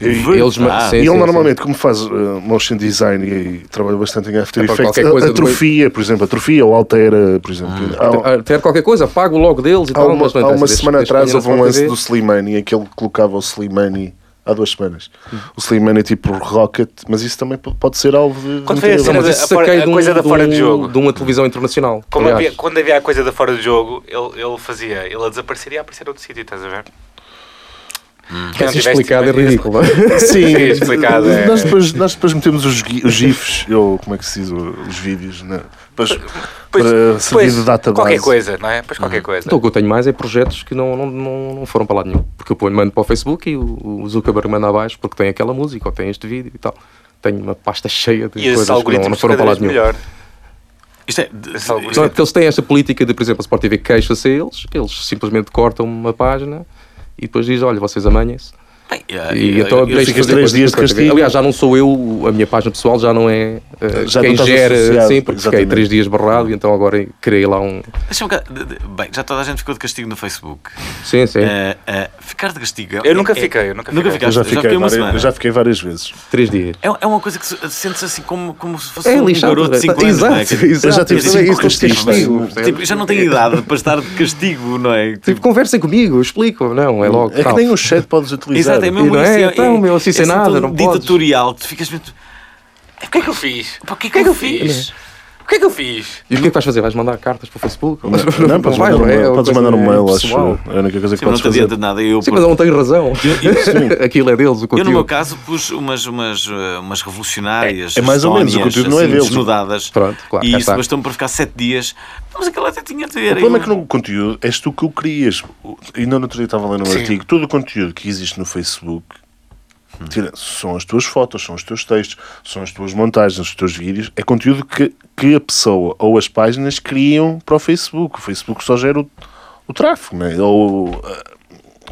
Eles ma- Ah, sim, E ele sim, normalmente, como faz uh, motion design e, e trabalha bastante em After É para Effects, qualquer coisa a- atrofia, por exemplo, atrofia ou altera, por exemplo. sim. Há, Ah, Ter qualquer coisa, pago logo deles e há tal. uma, mas não há interessa, uma deixa- semana deixa atrás apanhar houve na um Sport lance TV. do Slimani em que ele colocava o Slimani há duas semanas. Hum. O Slimani tipo rocket, mas isso também po- pode ser alvo de. Quando de foi a interesse. cena Não, mas da- isso a fora- saquei a de um- coisa da de um- fora de jogo. De uma televisão internacional. Como é aliás. havia- quando havia a coisa da fora do jogo, ele, ele fazia, ele a desaparecer e ia aparecer a outro sítio, estás a Hum. ver? Quem não Assim tivesse- explicado é ridículo. não é? Sim, Sim, explicado, é. Nós, depois, nós depois metemos os, gui- os GIFs, ou como é que se diz, os vídeos, né? Depois, Pois- para servir pois, de database. Qualquer coisa, não é? Pois qualquer coisa. Então, o que eu tenho mais é projetos que não, não, não, não foram para lá nenhum. Porque eu ponho, mando para o Facebook e o, o Zuckerberg manda abaixo porque tem aquela música ou tem este vídeo e tal. Tenho uma pasta cheia de E esses coisas que não, não algoritmos foram cada para lá vez nenhum. melhor. Isto é... Esse algoritmo. Não é porque eles têm esta política de, por exemplo, a Sport TV queixa-se a eles, eles simplesmente cortam uma página e depois diz, olha, vocês amanhem-se. Bem, E eu- eu- então eu- deixo de ficas fazer três coisas dias de que eu tenho. castigo. Aliás, já não sou eu, a minha página pessoal já não é eh, Já não quem estás gera, associado, sim, porque fiquei exatamente. três dias barrado e então agora criei lá um. Deixa-me cá- de- de- Bem, já toda a gente ficou de castigo no Facebook. É. Sim, sim. Eh, eh, ficar de castigo. é Eu nunca fiquei, eu nunca fiquei. Eu ficaste, já fiquei, uma várias, semana. eu já fiquei várias vezes. Três dias. É, é uma coisa que se- sentes assim como, como se fosse É um lixado, garoto de 5 é- anos. exato, não é? Que- exato. Eu já tive Isso é cinco isso, isso é castigos. castigo. Tipo, já não tenho idade para estar de castigo, não é? Tipo, conversem comigo, explicam. Não, é logo. É que tal. nem um chat podes Exato, utilizar. é E mesmo não é? isso. Então, meu, assim sem assim nada, tão não podes. Ditatorial, tu ficas muito. O que é que eu fiz? Pá, o que é que eu fiz? fiz? O que é que eu fiz? E o que é que vais fazer? Vais mandar cartas para o Facebook? Não, não, podes vais, mandar um é? É mail, uma podes coisa mandar um mail acho. pessoal. eu. É a única coisa que Sim, mas podes não te fazer. adianta nada. Eu, Sim, por- mas ele não tem razão. Aquilo é deles, o eu, no meu conteúdo. caso, pus umas, umas, eh, umas revolucionárias. É- é mais ou menos, o estónias, conteúdo não é assim, deles. Desnudadas. Pronto, claro, E cá isso está. bastou-me para ficar 7 dias. Mas aquela até tinha de O ver. problema é que no conteúdo és tu que o crias. O- Ainda no outro dia estava lendo um artigo. Todo o conteúdo que existe no Facebook tira- são as tuas fotos, são os teus textos, são as tuas montagens, os teus vídeos. É conteúdo que, que a pessoa ou as páginas criam para o Facebook. O Facebook só gera o, o tráfego, né? ou ah,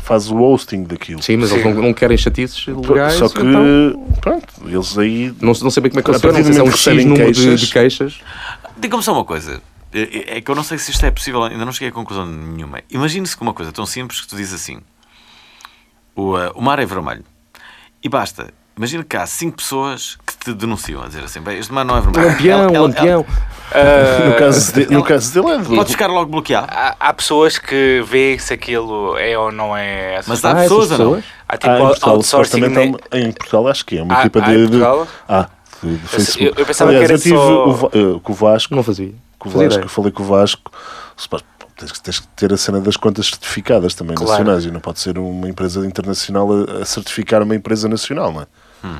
faz o hosting daquilo. Sim, mas eles não, não querem chatices legais. Só que, então. pronto, eles aí Não, não sei bem como é que A eles partir não sei do se é um momento que X recebem número de, queixas- de queixas. Diga-me só uma coisa. É é que eu não sei se isto é possível, ainda não cheguei a conclusão nenhuma. Imagine-se que uma coisa tão simples que tu dizes assim: o, eh, o mar é vermelho. E basta. Imagina que há cinco pessoas que te denunciam a dizer assim: bem, este mar não é vermelho. Lampião, Ela- ela- lampião. No caso, de- no caso dele é ela- Podes de... ficar logo bloqueado. Há, há pessoas que veem se aquilo é ou não é. Mas há, há Ah, essas pessoas ou não? pessoas? há tipo Ah, em Portugal, outsourcing. supostamente há né? uma- em Portugal acho que é uma Ah, equipa ah, de... em Portugal? de- Ah, de- de Facebook. eu- eu pensava Aliás, que era eu tive só- o, Va- eh, com o Vasco, Não fazia. com o Fazia Vasco ideia. eu falei com o Vasco, suposto- tens, que- tens que ter a cena das contas certificadas também Claro. nacionais, e não pode ser uma empresa internacional a, a certificar uma empresa nacional, não é? Hum.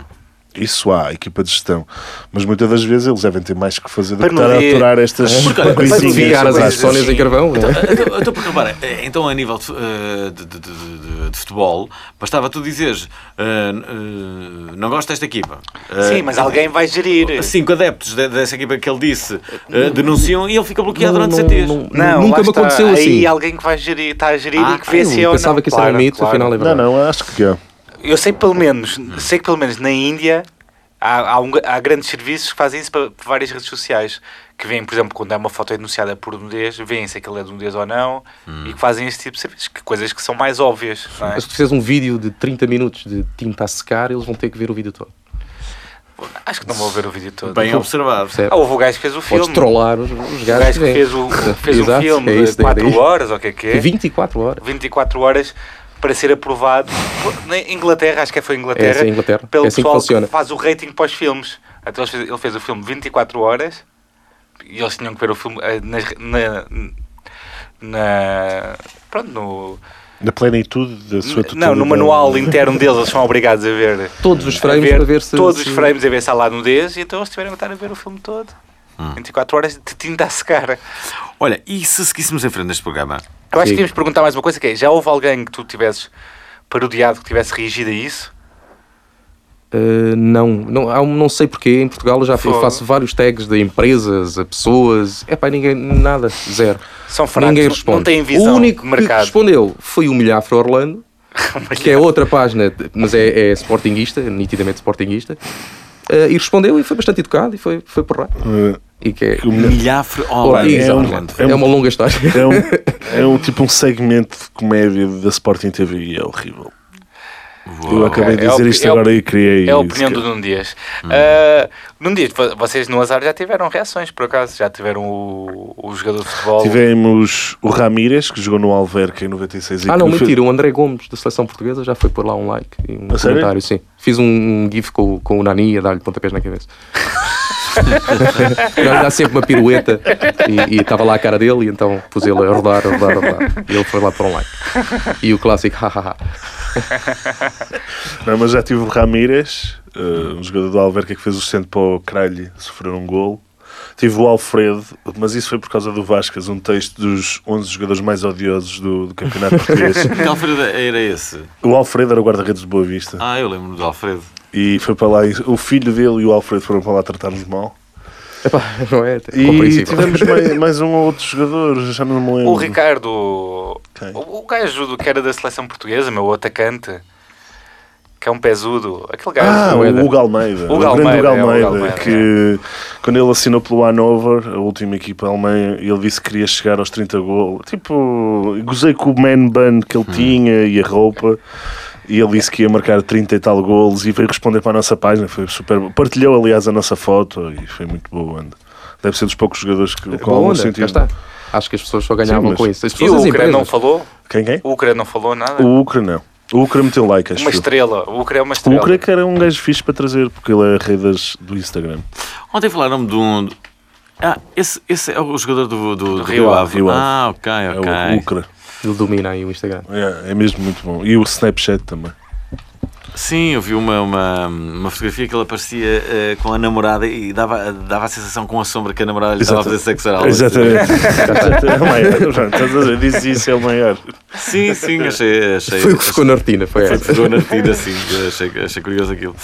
Isso há, a equipa de gestão. Mas muitas das vezes eles devem ter mais que fazer do Para que não estar a ir- aturar estas Porque, olha, coisinhas. um para não ir- Ficar as coisas insónias assim. em carvão. não é? Então, então, porque, repara, eh, então, a nível de, eh, de- de- de- de- de futebol, bastava tu dizeres: eh, n- eh, não gosto desta equipa. Eh, Sim, Ah, mas alguém vai gerir. assim, Cinco adeptos de- dessa equipa que ele disse eh, denunciam e ele fica bloqueado durante sete dias. Não, nunca lá me está. aconteceu assim. Aí alguém que vai gerir, está a gerir Ah, e que vê se é eu ou não. pensava que isso era Claro, mito, claro. afinal é Não, verdade. não, acho que é. Eu sei que pelo menos, sei que pelo menos na Índia há, há, um- há grandes serviços que fazem isso para para várias redes sociais. Que veem, por exemplo, quando é uma foto denunciada por nudez, veem se aquilo é de nudez ou não e que fazem este tipo de serviços. Que coisas que são mais óbvias. Não é? Mas se tu fizeres um vídeo de 30 minutos de tinta a secar, eles vão ter que ver o vídeo todo. Acho que não vou ver o vídeo todo. Bem observado. Percebe? Ah, houve o gajo que fez o filme. Podes trollar os, os O gajos. gajo que fez o, fez o é. Exato, filme é isso, de 4 daí. horas, ou o que é que é? 24 horas. 24 horas para ser aprovado por- na Inglaterra, acho que foi Inglaterra, É, sim, Inglaterra. pelo É assim que pessoal funciona. faz o rating para os filmes. Então ele fez, ele fez o filme 24 horas e eles tinham que ver o filme eh, nas- na, na- pronto, no, Na plenitude da sua totalidade. Eh, não, no manual interno deles eles são obrigados a ver Todos os a frames para ver se. todos se- os frames a ver se há lá nudez e então eles tiveram que estar a ver o filme todo. 24 horas de tinta a secar. Olha, e se seguíssemos em frente neste programa? Eu acho que Sim. devíamos perguntar mais uma coisa que é, já houve alguém que tu tivesses parodiado, que tivesse reagido a isso? Uh, não, não, há um- não sei porquê. Em Portugal eu já eu Fogo. faço vários tags de empresas, a pessoas. É pá, ninguém, nada, zero. São fracos, ninguém não- responde. não têm visão o único de mercado. que respondeu foi o Milhafra Orlando, que é outra página, de- mas é, é sportinguista, nitidamente sportinguista. Uh, e respondeu e foi bastante educado e foi, foi porra. Eh, E que é, que o melhor- Milhafre Olá, online. é, um- Orlando. é um- É uma longa história. É um, é um tipo um segmento de comédia da Sporting TV e é horrível. Eu acabei de É a dizer opi- isto é a agora opi- e criei. É a isso, opinião do cara. Nuno Dias. Ah, Nuno Dias, vo- vocês no azar já tiveram reações, por acaso? Já tiveram o, o jogador de futebol? Tivemos o Ramírez, que jogou no Alverca em 96 e Ah, que não, foi- mentira. O André Gomes, da seleção portuguesa, já foi pôr lá um like e um A sério? comentário, sim. Fiz um, um gif com, com o Nani a dar-lhe pontapés na cabeça. Ele dá sempre uma pirueta e e estava lá a cara dele, e então pus ele a rodar, a rodar, a rodar. E ele foi lá para um like. E o clássico, hahaha. Não, mas já tive o Ramírez, eh, um jogador do Alverca que fez o centro para o Cralho, sofreu um gol. Tive o Alfredo, mas isso foi por causa do Vascas, um texto dos 11 jogadores mais odiosos do, do campeonato português. Que Alfredo era esse? o Alfredo era o guarda-redes de Boa Vista. Ah, eu lembro-me do Alfredo. E foi para lá, e o filho dele e o Alfredo foram para lá tratar-nos mal. Epá, não é? E Compreensível. tivemos mais, mais um ou outro jogador, já não me lembro. O Ricardo, o, Quem? o gajo do- que era da seleção portuguesa, meu o atacante, que é um pezudo, aquele gajo. é Ah, o Eder. o Hugo Almeida. Hugo O, grande Hugo Almeida, é, o Hugo Almeida, Almeida, é. que quando ele assinou pelo Hanover, a última equipa alemã, ele disse que queria chegar aos 30 gols. Tipo, gozei com o man bun que Hum. ele tinha e a roupa. E ele disse que ia marcar 30 e tal golos e veio responder para a nossa página. Foi super bom. Partilhou, aliás, a nossa foto e foi muito boa onda. Deve ser dos poucos jogadores que, com É Boa algum onda, cá sentido. está. Acho que as pessoas só ganhavam Sim, mas- com isso. As E pessoas o das Ucra não empresas. falou? Quem, quem? O Ucra não falou nada? O Ucra não. O Ucra meteu like, acho Uma eu. estrela. O Ucra é uma O estrela. Ucra que era um gajo fixe para trazer, porque ele é a rei das- do Instagram. Ontem falaram-me de um. Ah, esse, esse é o jogador do, do, do Rio Rio, Ave. Ave. Ah, ok, É ok. o Ucra. Ele domina aí o Instagram. É, é mesmo muito bom. E o Snapchat também. Sim, eu vi uma, uma, uma fotografia que ele aparecia eh, com a namorada e dava, dava a sensação com a sombra que a namorada lhe estava a fazer sexo oral. Exatamente. Exatamente. é o maior. Pronto, estás a ver? Diz isso, é o maior. Sim, sim, achei. achei Foi o que ficou na retina, foi essa. Ficou na retina, assim, que achei, achei curioso aquilo.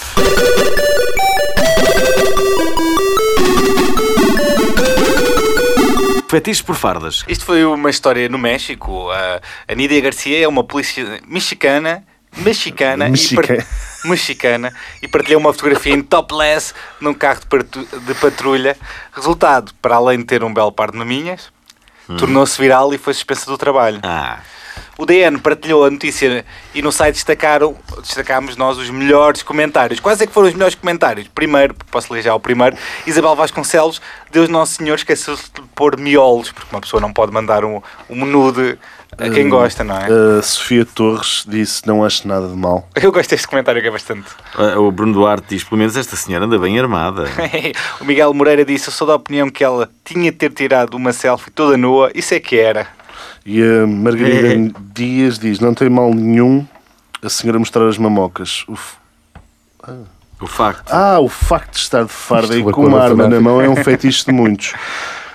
Fetiche por fardas. Isto foi uma história no México. A- a Nidia Garcia é uma polícia mexicana, mexicana, Mexica- E par- mexicana e partilhou uma fotografia em topless num carro de, partu- de patrulha. Resultado, para além de ter um belo par de maminhas, tornou-se viral e foi suspensa do trabalho. Ah, O DN partilhou a notícia e no site destacaram, destacámos nós os melhores comentários. Quais é que foram os melhores comentários? Primeiro, posso ler já o primeiro, Isabel Vasconcelos, Deus Nosso Senhor esqueceu-se de pôr miolos, porque uma pessoa não pode mandar um, um nude a Eh, quem gosta, não é? A Uh, Sofia Torres disse: Não acho nada de mal. Eu gosto deste comentário que é bastante. ah, o Bruno Duarte diz: pelo menos esta senhora anda bem armada. o Miguel Moreira disse, eu sou da opinião que ela tinha de ter tirado uma selfie toda nua, isso é que era. E a Margarida Dias diz: Não tem mal nenhum a senhora mostrar as mamocas. O f- O facto. Ah, o facto de estar de farda Isto e foi com uma arma pornográfico. na mão é um fetiche de muitos.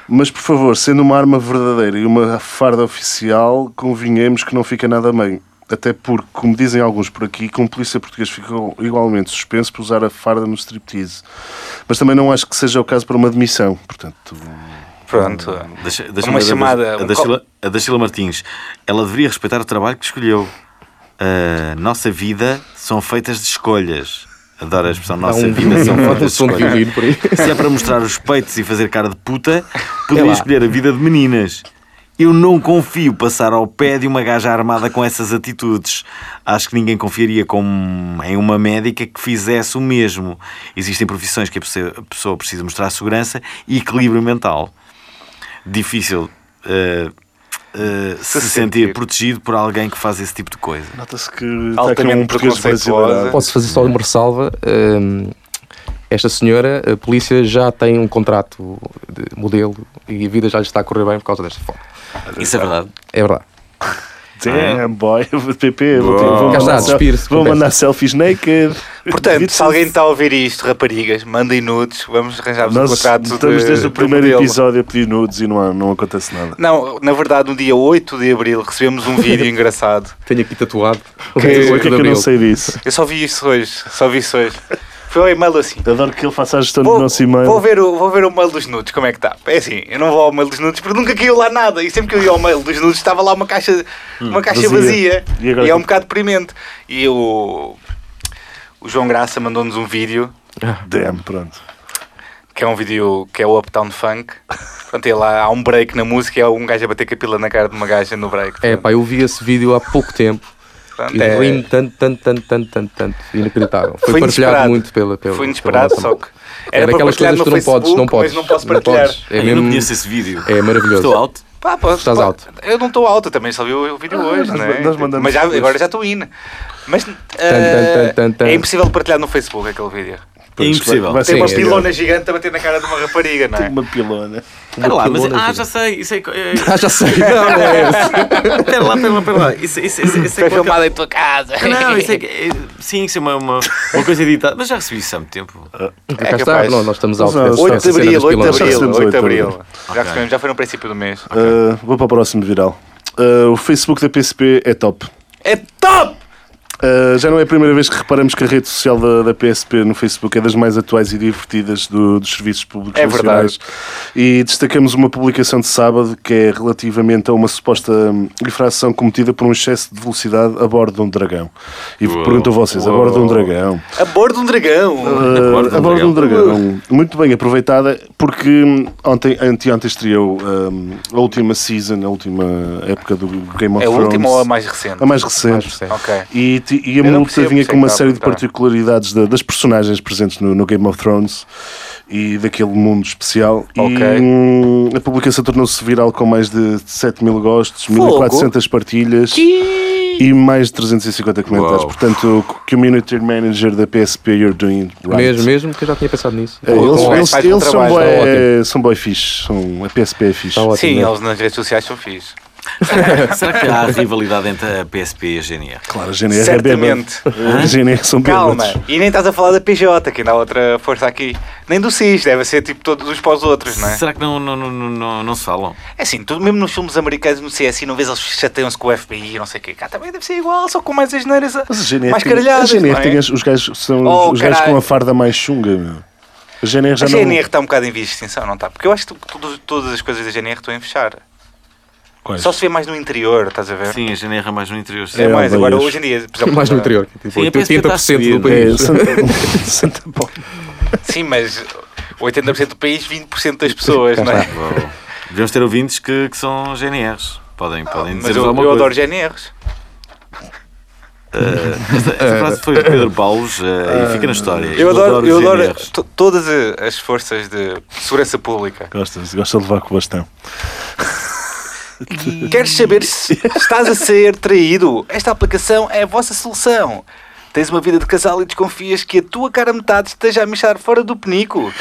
Mas, por favor, sendo uma arma verdadeira e uma farda oficial, convenhamos que não fica nada bem. Até porque, como dizem alguns por aqui, que um polícia português ficou igualmente suspenso por usar a farda no striptease. Mas também não acho que seja o caso para uma demissão. Portanto, Pronto. Hum. Deixa, ver Uma a- chamada, A um da, co- Sheila, a da Sheila Martins. Ela deveria respeitar o trabalho que escolheu. A nossa vida são feitas de escolhas. Adoro a expressão Há nossa um, vida são um, feitas de som de escolhas. violino por aí. Se é para mostrar os peitos e fazer cara de puta, É poderia lá. escolher a vida de meninas. Eu não confio passar ao pé de uma gaja armada com essas atitudes. Acho que ninguém confiaria com- em uma médica que fizesse o mesmo. Existem profissões que a pessoa- a pessoa precisa mostrar segurança e equilíbrio mental. Difícil eh, eh, se, Se sentir. sentir protegido por alguém que faz esse tipo de coisa. nota-se que está aqui Altamente um português preconceituosa. brasileiro. Posso fazer só uma ressalva. hum, esta senhora, a polícia já tem um contrato de modelo e a vida já lhe está a correr bem por causa desta foto. Isso é verdade. É verdade. Damn, boy. PP, vou, Boa. vou, Cá está, mandar, sel- despire-se, vou compensa. mandar selfies naked. Portanto, Dito se alguém está a ouvir isto, raparigas, mandem nudes, vamos arranjar-vos um Nós contrato. estamos de- desde o de primeiro modelo. episódio a pedir nudes e não, há- não acontece nada. Não, na verdade, no dia 8 de abril recebemos um vídeo engraçado. Tenho aqui tatuado. o O que é que 28 de eu não abril. sei disso? Eu só vi isso hoje, só vi isso hoje. Foi um e-mail assim. Adoro que ele faça a gestão do Vou, nosso e-mail. vou ver o, vou ver o mail dos nudes, como é que está. É assim, eu não vou ao mail dos nudes porque nunca caiu lá nada. E sempre que eu ia ao mail dos nudes estava lá uma caixa, uma caixa Hum, vazia. vazia. E agora E, é um que- bocado deprimente. E o, o João Graça mandou-nos um vídeo Damn, pronto. que é um vídeo que é o Uptown Funk. Pronto, e lá há um break na música e há um gajo a bater capila na cara de uma gaja no break. É pá, eu vi esse vídeo há pouco tempo Portanto, e é- ri-me tanto, tanto, tanto, tanto, tanto, tanto. Inacreditável. Foi, Foi partilhado inesperado. muito pela. pela Foi pela inesperado, nossa só malta. que. É Era para daquelas partilhar coisas no que tu não podes, Facebook, não mas podes. não posso Não partilhar. podes. É Eu não mesmo- conheço esse vídeo. É maravilhoso. Estou alto. Pá, pá, Estás pá, alto. Eu não estou alto, eu também só vi o o vídeo hoje, Ah, nós- né? nós mandamos Mas já- depois. agora já estou in. Mas tan, eh, tan, tan. é impossível partilhar no Facebook aquele vídeo. É impossível. Vai, vai Tem ser Sim, uma é. pilona gigante a bater na cara de uma rapariga, não é? uma pilona. Espera lá, mas, pilona, ah, gente. já sei. Isso é, é, Ah, já sei. Não, não é esse. Pera lá, pera lá, pera lá. Isso, isso, isso, isso é Foi qualquer... filmada em tua casa. Não, isso é que. é- Sim, isso é uma, uma, uma coisa editada. Mas já recebi isso há muito tempo. Cá está, é capaz. não, nós estamos alto. Não, dessa- 8 de dessa cena abril, dos 8 de pilotos. Já abril, recebemos 8 de oito de abril. abril. Já recebemos, já foi no princípio do mês. Uh, vou para o próximo viral. Uh, o Facebook da PCP é top. É top! Uh, Uh, já não é a primeira vez que reparamos que a rede social da, da PSP no Facebook é das mais atuais e divertidas do- dos serviços públicos É nacionais. E destacamos uma publicação de sábado que é relativamente a uma suposta hum, infração cometida por um excesso de velocidade a bordo de um dragão. E Uou. pergunto a vocês, a bordo de um dragão? A bordo de um dragão. Uh, bordo de um a bordo de um dragão. dragão. Muito bem aproveitada, porque hum, ontem, anteontem estreou hum, a última season, a última época do Game of É a Thrones. última ou a mais recente? A É mais recente. Mais recente. Ok. E, ti- e a Eu não multa percebo, vinha sei com uma que tá a série de perguntar. particularidades da- das personagens presentes no, no Game of Thrones e daquele mundo especial. Ok. E hum, a publicação tornou-se viral com mais de 7 mil gostos, 1400 partilhas e mais de 350 comentários. Uau. Portanto, o Community Manager da PSP, you're doing it right. Mesmo, mesmo, que eu já tinha pensado nisso. É, eles Bom, eles- faz bom eles são, trabalho, bué- está ótimo. são boy fixe, são, a PSP é fixe. Está ótimo. Sim, né? eles nas redes sociais são fixe. Será que há rivalidade entre a PSP e a GNR? Claro, a GNR é bêbado. Certamente. A GNR são Calma, bêbados. e nem estás a falar da PJ, que ainda há outra força aqui. Nem do CIS, deve ser tipo todos uns para os outros, não é? Será que não, não, não, não, não, não se falam? É assim, tu mesmo nos filmes americanos no CSI não vês eles chateiam-se com o FBI e não sei o quê. Cá também deve ser igual, só com mais as neiras a... Mas a GNR mais tem- caralhadas, a GNR não é? tem as- os gajos são Oh, os gajos caralho. com a farda mais chunga, meu. A GNR já A não. GNR está um bocado em vias de extinção, não está? Porque eu acho que tu- todas- todas as coisas da GNR estão a fechar. Quais? Só se vê mais no interior, estás a ver? Sim, a GNR é mais no interior. É, sim. É, odeias. mais, agora hoje em dia, por exemplo, Mais no agora- interior, que é tipo Sim, a PSP está a 80% subir, do É, país. Santa, Santa Paula. Sim, mas 80% do país, 20% das pessoas, não é? Uau. Devemos ter ouvintes que, que são GNRs. Podem, podem Mas dizer-nos eu, alguma eu coisa. adoro GNRs. Esta, esta frase foi de Pedro Paulos eh, e fica na história. Eu adoro, eu adoro GNRs. to- todas a- as forças de segurança pública. Gostas, gosta de levar com o bastão. Queres saber se estás a ser traído? Esta aplicação é a vossa solução. Tens uma vida de casal e desconfias que a tua cara metade esteja a mexer fora do penico?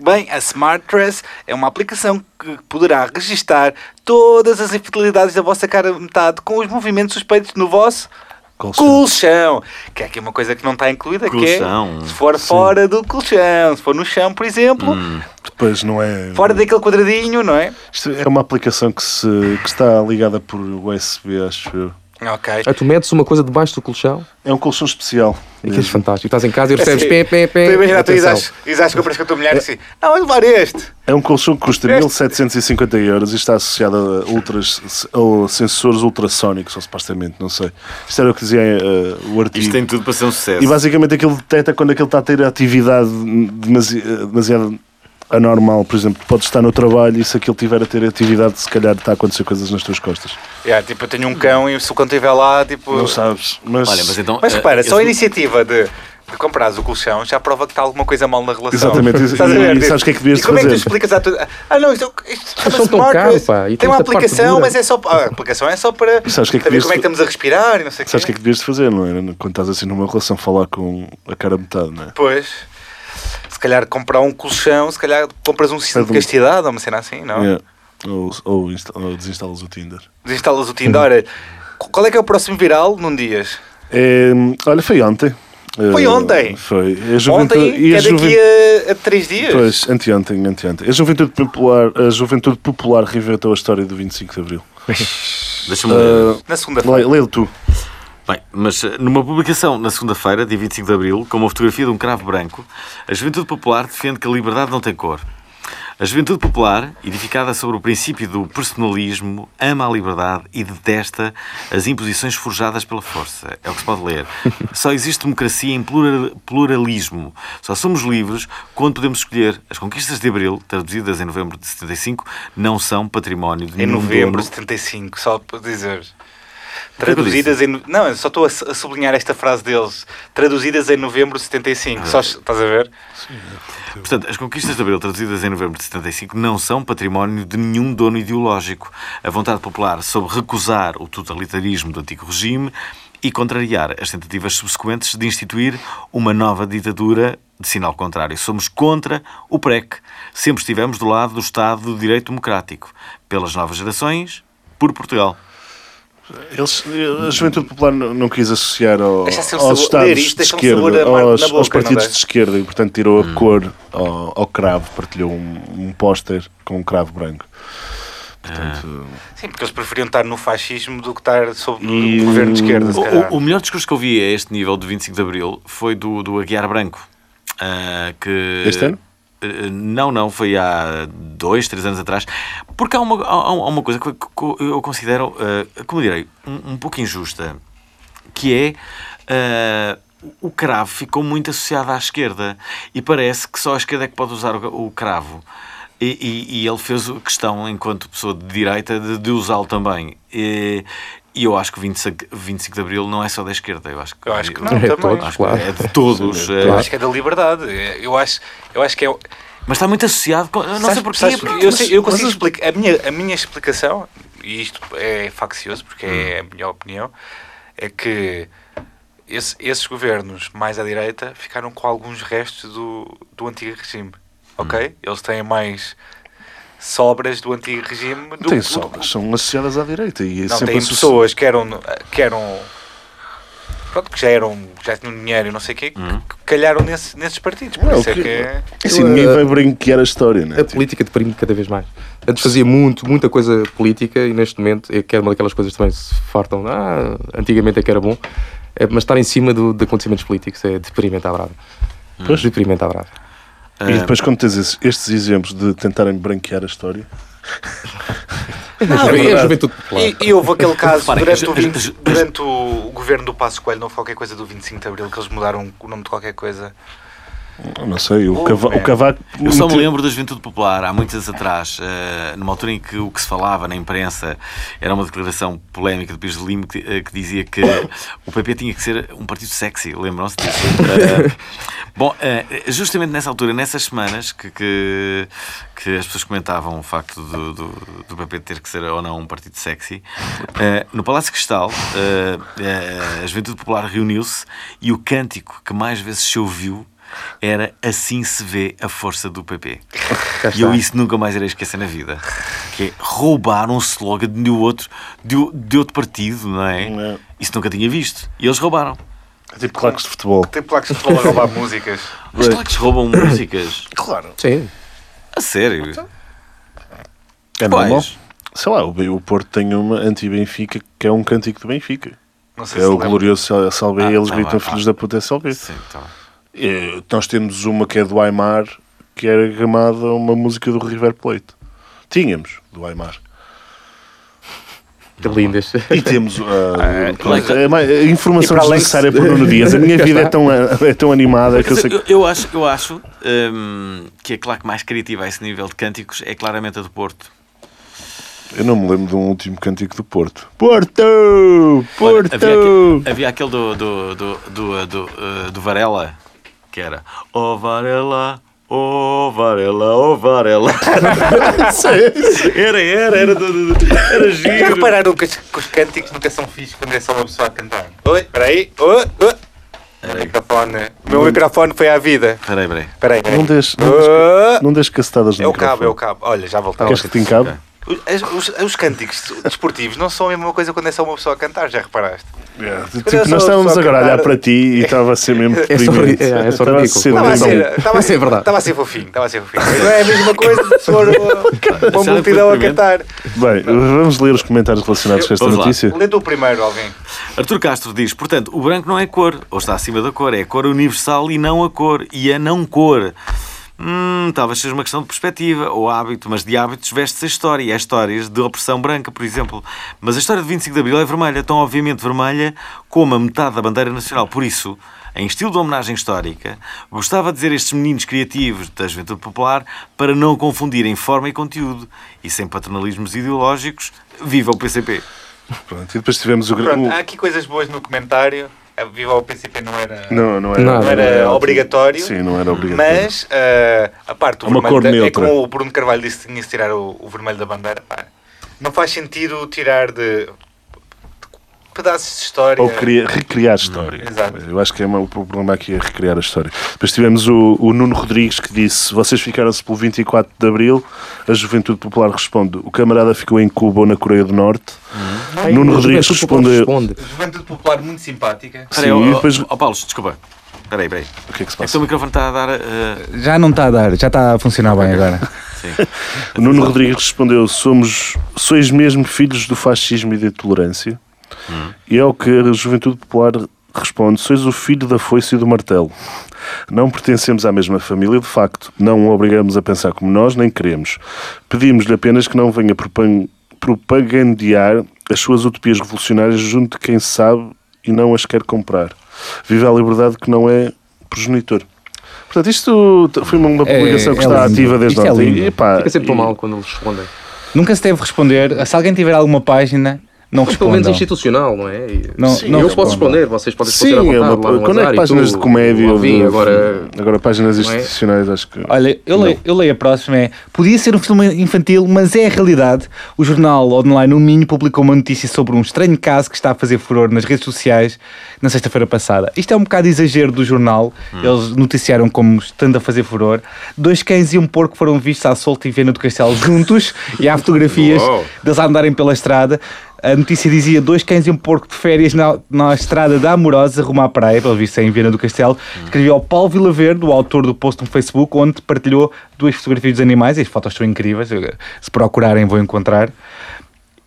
Bem, a Smart Dress é uma aplicação que poderá registar todas as infidelidades da vossa cara metade com os movimentos suspeitos no vosso Colchão. colchão. Que é aqui uma coisa que não está incluída, que Colchão. é se for fora do colchão, se for no chão, por exemplo, Depois não é. fora daquele quadradinho, não é? Isto é uma aplicação que, se, que está ligada por USB, acho eu. Ok. Ah, tu metes uma coisa debaixo do colchão É um colchão especial. e que és mesmo. fantástico. Estás em casa e recebes pé, pé, Tu pé. imagina, tu Atenção. Isás compras com a tua mulher e assim, ah, vou levar este. É um colchão que custa 1750 euros e está associado a, ultras, a sensores ultrassónicos, ou supostamente, não sei. Isto era o que dizia eh, o artigo. Isto tem tudo para ser um sucesso. E basicamente aquilo detecta quando aquilo está a ter atividade demasi- demasiado anormal. Por exemplo, podes estar no trabalho e se aquilo tiver a ter atividade, se calhar está a acontecer coisas nas tuas costas. Yeah, tipo, eu tenho um cão e se o cão estiver lá, tipo... Não É, sabes, mas. Olha, mas então. Mas eh, repara, só eu- a iniciativa de, de comprares o colchão já prova que está alguma coisa mal na relação. Exatamente, Estás a e- ver? e sabes o que é que devias E como é que tu fazer? explicas à tua... Ah, não, isto, isto Mas chama-se são tão smart caro, dress. pá, e Tem tem uma esta parte aplicação, dura. mas é só... A aplicação é só para sabes o que é que saber devias- como é que estamos a respirar e não sei o quê. Sabes o que é que devias de fazer, não é? Quando estás assim numa relação, falar com a cara metade, não é? Pois. Se calhar comprar um colchão, se calhar compras um sistema de Perdão. castidade ou uma cena assim, não? É. Ou, ou, insta- ou desinstalas o Tinder. Desinstalas o Tinder. Olha, qual é que é o próximo viral num dias? É, olha, foi ontem. Foi Eh, ontem? Foi. A juventu- Ontem, e que a é daqui juventude- a, a três dias. Pois, anteontem, anteontem. A Juventude Popular, a Juventude Popular reinventou a história do 25 de Abril. Deixa-me ler. Na segunda-feira. Le- Leio tu. Bem, mas eh, numa publicação na segunda-feira, dia 25 de abril, com uma fotografia de um cravo branco, a Juventude Popular defende que a liberdade não tem cor. A Juventude Popular, edificada sobre o princípio do personalismo, ama a liberdade e detesta as imposições forjadas pela força. É o que se pode ler. Só existe democracia em plura- pluralismo. Só somos livres quando podemos escolher. As conquistas de abril, traduzidas em novembro de 75, não são património de Em nenhum novembro de dono. 75, só para dizer. que eu Traduzidas em. no- Não, eu só estou a su- a sublinhar esta frase deles. Traduzidas em novembro de 75. Só, estás a ver? Portanto, as conquistas de Abril, traduzidas em novembro de 75, não são património de nenhum dono ideológico. A vontade popular soube recusar o totalitarismo do antigo regime e contrariar as tentativas subsequentes de instituir uma nova ditadura de sinal contrário. Somos contra o PREC. Sempre estivemos do lado do Estado do direito democrático. Pelas novas gerações, por Portugal. Eles, eh, a Juventude Popular não, não quis associar ao, aos Deixa-se um sabor- estados ler isto, de deixa-me sabor esquerda, amargo na aos, aos boca, não é? Hum. partidos dá? de esquerda e, portanto, tirou a cor ao, ao cravo, partilhou um, um póster com um cravo branco. Portanto, Sim, porque eles preferiam estar no fascismo do que estar sob E o governo de esquerda, se O- calhar. O, o melhor discurso que eu vi a este nível do 25 de Abril foi do, do Aguiar Branco. ah, que, Este ano? Eh, Não, não, foi há dois, três anos atrás, porque há uma, há- há uma coisa que eu- que eu considero, ah, como direi, um, um pouco injusta, que é ah, o cravo ficou muito associado à esquerda e parece que só a esquerda é que pode usar o, o cravo. E, e- e ele fez o- questão, enquanto pessoa de direita, de, de usá-lo também. E, e eu acho que o 25, 25 de Abril não é só da esquerda. Eu acho que, Eu acho que não, É também. todos, acho que claro. é de todos. eh, Eu acho que é da liberdade. Eu acho, eu acho que é. Mas está muito associado. Com, eu não sei Sabes- porquê. sabes- porque- eu, mas- sei- eu consigo explicar. A minha, a minha explicação, e isto é faccioso porque é Hum. a minha opinião, é que esse- esses governos mais à direita ficaram com alguns restos do, do antigo regime. Ok? Hum. Eles têm mais sobras do antigo regime do não tem do- sobras, são associadas à direita. E é Não, sempre tem associ- pessoas que eram, que eram. Pronto, que já eram. Já tinham dinheiro e não sei o quê, que, que calharam nesse- nesses partidos. Por Hum. Não, isso o que- é que. Assim, Eu, ninguém eh, vai brinquear a história, né? A política deprime cada vez mais. Antes fazia muito, muita coisa política e neste momento é que é uma daquelas coisas que também se fartam. Ah, antigamente é que era bom, É, mas estar em cima do, de acontecimentos políticos é deprimente à brava. Pois. Deprimente à brava. É. E depois, quando tens esses- estes exemplos de tentarem branquear a história, Não, é é verdade. a juventude popular. E, e houve aquele caso Reparem, durante, o, ju- vinte- ju- durante o governo do Passo Coelho, não foi qualquer coisa do 25 de Abril, que eles mudaram o nome de qualquer coisa. eu não sei, o, Oh, cava- man. o cavaco. Eu só me meteu- lembro da Juventude Popular, há muitos anos atrás, eh, numa altura em que o que se falava na imprensa era uma declaração polémica de Pires de Lima que, eh, que dizia que o PP tinha que ser um partido sexy, lembram-se disso? Eh, bom, eh, justamente nessa altura, nessas semanas que, que, que as pessoas comentavam o facto do, do, do PP ter que ser ou não um partido sexy, eh, no Palácio Cristal, eh, eh, a Juventude Popular reuniu-se e o cântico que mais vezes se ouviu era assim se vê a força do PP. E eu isso nunca mais irei esquecer na vida. Que é roubar um slogan de outro, de, o- de outro partido, não é? Não. Isso nunca tinha visto. E eles roubaram. É tipo claques de futebol. Tipo lá que se falou a roubar músicas. Mas claro que se roubam músicas. Claro. Sim. A sério. Então, É Quais? normal. Sei lá, o, B- o Porto tem uma anti-Benfica que é um cântico do Benfica. Não sei É se o lembra. é glorioso Sal- Salve, Ah, eles tá gritam bem, filhos ah. da puta é Salve. Sim, tá bem. Eh, Nós temos uma que é do Aymar, que era gamada a uma música do River Plate. Tínhamos, do Aymar. Que lindas. E temos uh, Ah, pronto, claro. é mais- a informação E para além desnecessária para o Nuno Dias. A minha vida é tão, é tão animada que eu sei que. Eu, eu acho, eu acho hum, que a claque mais criativa a esse nível de cânticos é claramente a do Porto. Eu não me lembro de um último cântico do Porto. Porto! Olha, Porto! havia, aque- havia aquele do, do, do, do, do, eh, do Varela, que era Oh Varela, oh Varela, oh Varela. era, era, era, do- do- do- era Já giro. repararam que os, que os cânticos nunca são fixos quando é só uma pessoa a cantar? Oi, espera aí. Oi, oi. O microfone. O meu microfone foi à vida. Peraí, peraí. Espera aí. peraí. Não deixes não deixes- Ah, não deixes cacetadas no É o cabo, é o microfone. cabo. Olha, já voltava. Queres que te encabe? Os, os- os cânticos desportivos não são a mesma coisa quando é só uma pessoa a cantar, já reparaste? Yeah, só Tipo, uma nós estávamos pessoa agora a cantar. olhar para ti e estava a ser mesmo É só ri- deprimente. é, é só Estava a ridículo. ser Não, Estava a mas deprimente. é- ser, estava a Isso ser, é verdade. estava a ser fofinho, estava a ser fofinho. Não é a mesma coisa se for uh, Já foi uma multidão a primeiro? cantar. Bem, vamos ler os comentários relacionados com esta Vamos lá. notícia. Lê tu primeiro alguém. Artur Castro diz, portanto, o branco não é cor, ou está acima da cor, é a cor universal e não a cor, e a não cor. Hum, talvez seja uma questão de perspectiva ou hábito, mas de hábitos veste-se a história. E há histórias de opressão branca, por exemplo. Mas a história de 25 de Abril é vermelha, tão obviamente vermelha como a metade da bandeira nacional. Por isso, em estilo de homenagem histórica, gostava de dizer a estes meninos criativos da juventude popular para não confundirem forma e conteúdo. E sem paternalismos ideológicos, viva o PCP. Pronto, e depois tivemos o... gra- Pronto, o- há aqui coisas boas no comentário. A Viva o PCP não era, Não, não, não era, Nada. Não era obrigatório. Sim, não era obrigatório. Mas uh, a parte do É uma vermelho cor da- é neutra. como o Bruno Carvalho disse que tinha que tirar o, o vermelho da bandeira. pá. Não faz sentido tirar de, de pedaços de história. Ou cria- recriar a história. Exato. Eu acho que é uma- o problema aqui é recriar a história. Depois tivemos o, o Nuno Rodrigues que disse: Vocês ficaram-se pelo 24 de Abril. A Juventude Popular responde: O camarada ficou em Cuba ou na Coreia do Norte. Nuno Hum. Ai, Rodrigues juventude popular respondeu: responde. Juventude Popular muito simpática. Peraí, Sim, ó, e ó, depois- ó, Paulo, desculpa. Peraí, peraí. O que é que É que se o passa? Então teu microfone está a dar. eh, Já não está a dar, já está a funcionar bem agora. O Nuno Rodrigues respondeu: somos, sois mesmo filhos do fascismo e da intolerância. E é o que a Juventude Popular responde: sois o filho da foice e do martelo. Não pertencemos à mesma família, de facto. Não o obrigamos a pensar como nós, nem queremos. Pedimos-lhe apenas que não venha propan- propagandear as suas utopias revolucionárias junto de quem sabe e não as quer comprar. Vive a liberdade que não é progenitor. Portanto, isto t- foi uma, uma É- publicação que é está lindo. ativa desde Isto é ontem. lindo. E, pá, Fica sempre tão ah, e- mal quando eles respondem. Nunca se deve responder. Se alguém tiver alguma página, não Pelo menos respondam. institucional, não é? E- Não- Sim, não eu respondam. posso responder, vocês podem Sim, responder à é vontade, uma, lá no quando é WhatsApp que e páginas tudo. de comédia ou Alvin, de- agora... agora páginas Não é? institucionais, acho que. Olha, eu leio, eu leio a próxima. É, podia ser um filme infantil, mas é a realidade. O jornal online O Minho publicou uma notícia sobre um estranho caso que está a fazer furor nas redes sociais na sexta-feira passada. Isto é um bocado exagero do jornal. Eles noticiaram como estando a fazer furor. Dois cães e um porco foram vistos à solta e venda do castelo juntos e há fotografias Uau. deles a andarem pela estrada. A notícia dizia dois cães e um porco de férias na, na estrada da Amorosa rumo à praia, pelo visto é em Viana do Castelo. Escreveu ao Paulo Vilaverde, o autor do post no Facebook, onde partilhou duas fotografias dos animais. E as fotos são incríveis, eu- se procurarem vão encontrar.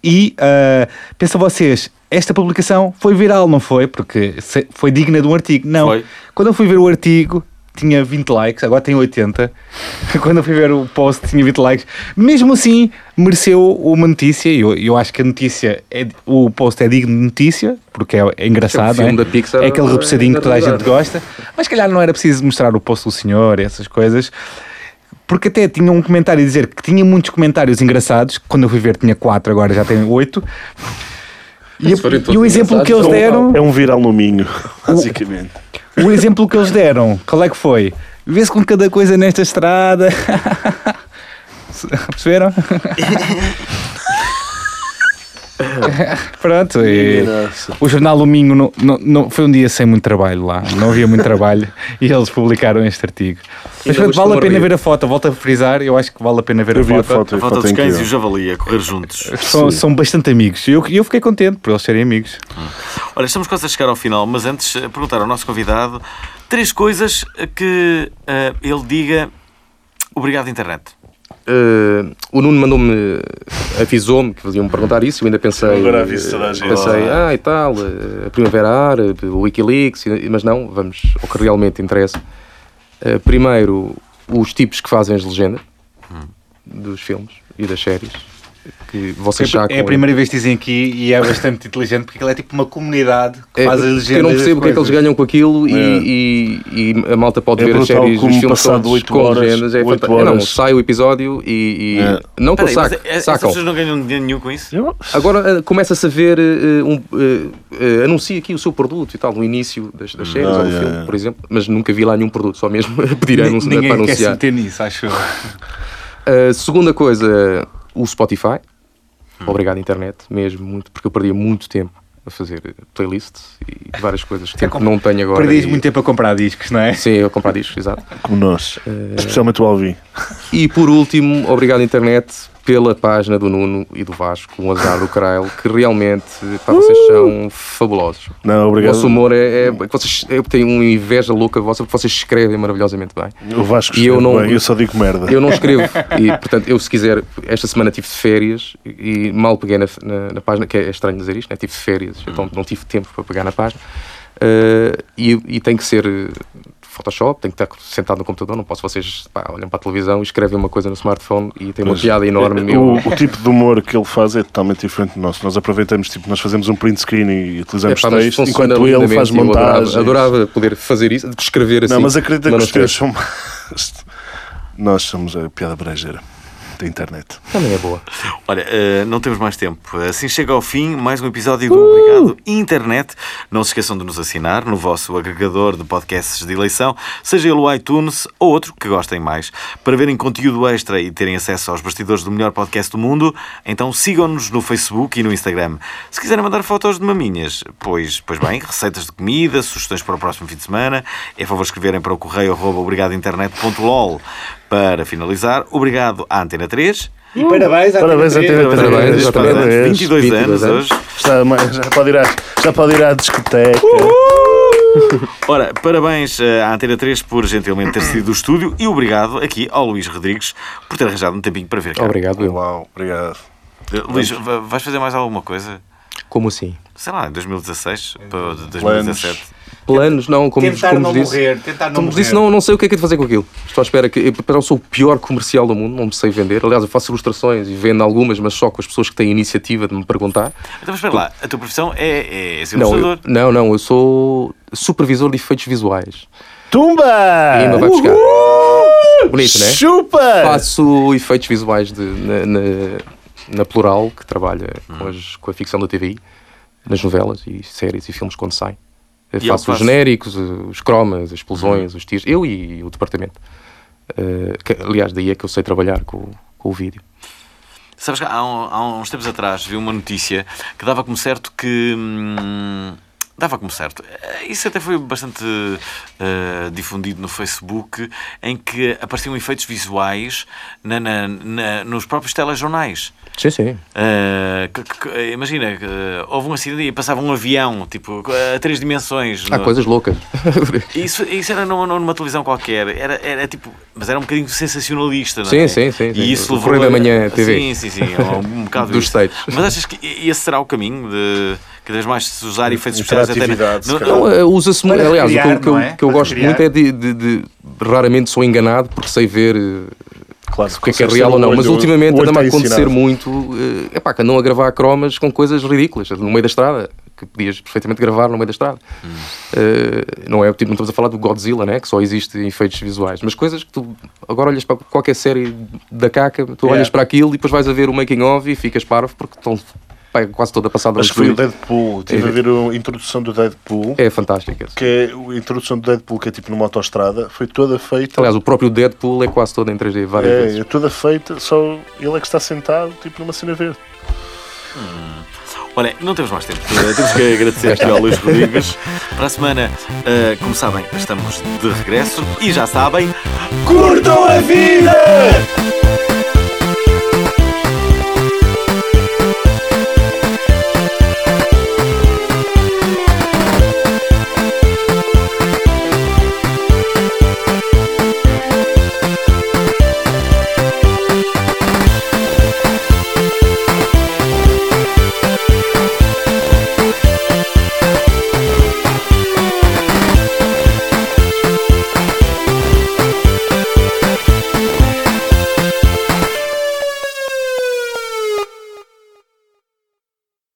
E ah, pensa vocês, esta publicação foi viral, não foi? Porque se- foi digna de um artigo. Não. Foi. Quando eu fui ver o artigo, tinha 20 likes, agora tem 80. Quando eu fui ver o post, tinha 20 likes. Mesmo assim, mereceu uma notícia. e Eu, eu acho que a notícia, é, o post é digno de notícia, porque é, é engraçado. É um filme não é? da Pixar, é aquele é repousadinho que toda a gente verdade. gosta. Mas se calhar não era preciso mostrar o post do senhor e essas coisas. Porque até tinha um comentário a dizer que tinha muitos comentários engraçados. Quando eu fui ver, tinha 4, agora já tem 8. E, Se forem a- e todos o exemplo que eles engraçados, não deram. É um viral no Minho, basicamente. O exemplo que eles deram, qual é que foi? Vê-se com cada coisa nesta estrada. Perceberam? Pronto, e o jornal Luminho não, não- não- foi um dia sem muito trabalho lá, não havia muito trabalho e eles publicaram este artigo. Mas Ainda pronto, hoje vale a estou pena a rir. ver a foto, volto a frisar, eu acho que vale a pena ver Eu a vi a foto. foto, A a foto foto dos é cães e o incrível. javali a correr juntos. São, Sim. são bastante amigos e eu, eu fiquei contente por eles serem amigos. Olha, estamos quase a chegar ao final, mas antes eh, perguntar ao nosso convidado três coisas eh, que eh, ele diga obrigado, internet. Eh, o Nuno mandou-me, eh, avisou-me que faziam-me perguntar isso. Eu ainda pensei. Agora aviso toda a gente. Pensei, ah, e tal, eh, a Primavera Árabe, o Wikileaks, e- mas não, vamos ao que realmente interessa. Eh, primeiro, os tipos que fazem as legendas Hum. dos filmes e das séries. Que vocês já É a primeira vez que dizem aqui e é bastante inteligente porque aquilo é tipo uma comunidade que É, faz as porque legendas. eu não das percebo o que é que eles coisas. ganham com aquilo e, e- e a malta pode É ver as brutal séries como os filmes passado todos oito com horas- legendas. É oito fantástico. horas. Não, sai o episódio e. e- É. Não que eu Peraí, mas saco, eh, essas sacam. pessoas não ganham dinheiro nenhum com isso? Eu- Agora eh, começa-se a ver, eh, um, eh, eh, anuncia aqui o seu produto e tal, no início das, das séries Ah, ou do yeah, filme, yeah. por exemplo, mas nunca vi lá nenhum produto, só mesmo a pedir a anunci- Ninguém para quer se anunciar. meter nisso, acho eu. A segunda coisa, o Spotify. Obrigado, internet, mesmo muito, porque eu perdia muito tempo a fazer playlists e várias coisas que tempo que não tenho agora. Perdias e- muito tempo a comprar discos, não é? Sim, eu comprar discos, exato. Como nós. Eh, Especialmente o Alvin. E por último, obrigado internet pela página do Nuno e do Vasco, o azar do Caralho, que realmente, pá, vocês são fabulosos. Não, O obrigado. vosso humor é, é- que vocês, eu tenho uma inveja louca vossa porque vocês escrevem maravilhosamente bem. O Vasco E eu escreve não- bem, eu só digo merda. Eu não escrevo e, portanto, eu se quiser, esta semana tive de férias e e mal peguei na, na- na página, que é estranho dizer isto, né? tive de férias, então não tive tempo para pegar na página. Eh, e, e tem que ser eh, Photoshop, tem que estar sentado no computador, não posso vocês pá, olham para a televisão e escrevem uma coisa no smartphone e tem uma piada enorme. É O, eu- o tipo de humor que ele faz é totalmente diferente do nosso. Nós aproveitamos, tipo, nós fazemos um print screen e utilizamos Epá, mas texto, funciona enquanto ele lindamente, faz eu adorava- montagem. Adorava, poder fazer isso, escrever assim. Não, mas acredita que não os escrevo. teus são mais. Nós somos a piada brejeira da internet. Também é boa. Olha, eh, não temos mais tempo. Assim chega ao fim mais um episódio do Obrigado Internet. Não se esqueçam de nos assinar no vosso agregador de podcasts de eleição, seja ele o iTunes ou outro que gostem mais. Para verem conteúdo extra e terem acesso aos bastidores do melhor podcast do mundo, então sigam-nos no Facebook e no Instagram. Se quiserem mandar fotos de maminhas, pois, pois bem, receitas de comida, sugestões para o próximo fim de semana, é favor escreverem para o correio arroba obrigadointernet.lol. Para finalizar, obrigado à Antena 3 E parabéns à Uh, Parabéns à TV3. TV3. Parabéns, Parabéns, parabéns. parabéns. 22 anos 22 anos. hoje. Está mais- já, pode ir à, já pode ir à discoteca. Ora, parabéns eh, à Antena 3 por gentilmente ter sido do estúdio e obrigado aqui ao Luís Rodrigues por ter arranjado um tempinho para vir cá. Obrigado, eu. Uau, obrigado. Eh, Luís, va- vais fazer mais alguma coisa? Como assim? Sei lá, em 2016 para 2017. Planos, não, como, Tentar como não vos disse. morrer, tentar não Como morrer. vos disse, não, não sei o que é que é de fazer com aquilo. Estou à espera que. Eu sou o pior comercial do mundo, não me sei vender. Aliás, eu faço ilustrações e vendo algumas, mas só com as pessoas que têm a iniciativa de me perguntar. Então, mas espera lá, a tua profissão é, é és Não, eu, ilustrador. não, não, eu sou supervisor de efeitos visuais. Tumba! E ainda vai buscar. Uhul! Bonito, né? Chupa! Faço efeitos visuais de- na, na- na Plural, que trabalha Hum. com, as- com a ficção da TV, nas novelas e séries e filmes quando saem. Eu E ele faço faz- os genéricos, os cromas, as explosões, Hum. os tiros. Eu e o departamento. Eh, que, aliás, daí é que eu sei trabalhar com, com o vídeo. Sabes que há, um- há uns tempos atrás vi uma notícia que dava como certo que. hum, dava como certo. Eh, Isso até foi bastante eh, difundido no Facebook, em que apareciam efeitos visuais na- na- na- nos próprios telejornais. Sim, sim. Eh, que- que- que- imagina, que, eh, houve um acidente e passava um avião, tipo, a três dimensões. Ah. Há no- coisas loucas. Isso, isso era numa, numa televisão qualquer, era, era tipo, mas era um bocadinho sensacionalista, não é? Sim, sim, sim, sim. E isso O levou. Correio da a- Manhã TV. Sim, sim, sim. é Um, um bocado Dos isso. States. Mas achas que esse será o caminho de cada vez mais se usar efeitos especiais até na- Interatividade, se calhar. Não, eh, usa-se muito. Para Aliás, criar, o que eu- que eu, não é? que eu Para gosto criar. muito é de, de- de- Raramente sou enganado porque sei ver. eh, Claro, o que é que é real ou não, mas ultimamente anda-me a acontecer muito. muito é pá, que andam a gravar cromas com coisas ridículas no meio da estrada, que podias perfeitamente gravar no meio da estrada. Hum. Eh, não é tipo, não estamos a falar do Godzilla, né, que só existe em efeitos visuais, mas coisas que tu agora olhas para qualquer série da caca, É. tu olhas para aquilo e depois vais a ver o making of e ficas parvo porque estão pá, é quase toda passada Acho aos que foi o filmes. Deadpool. Tive É. a ver a introdução do Deadpool. É fantástico. esse. Que é a introdução do Deadpool, que é tipo numa autoestrada, foi toda feita. Aliás, o próprio Deadpool é quase todo em 3D várias é, vezes. é toda feita, só ele é que está sentado, tipo numa cena verde. Olha, não temos mais tempo. Eh, Temos que agradecer aqui ao Luís Rodrigues. Para a semana, eh, como sabem, estamos de regresso e já sabem. Curtam a vida!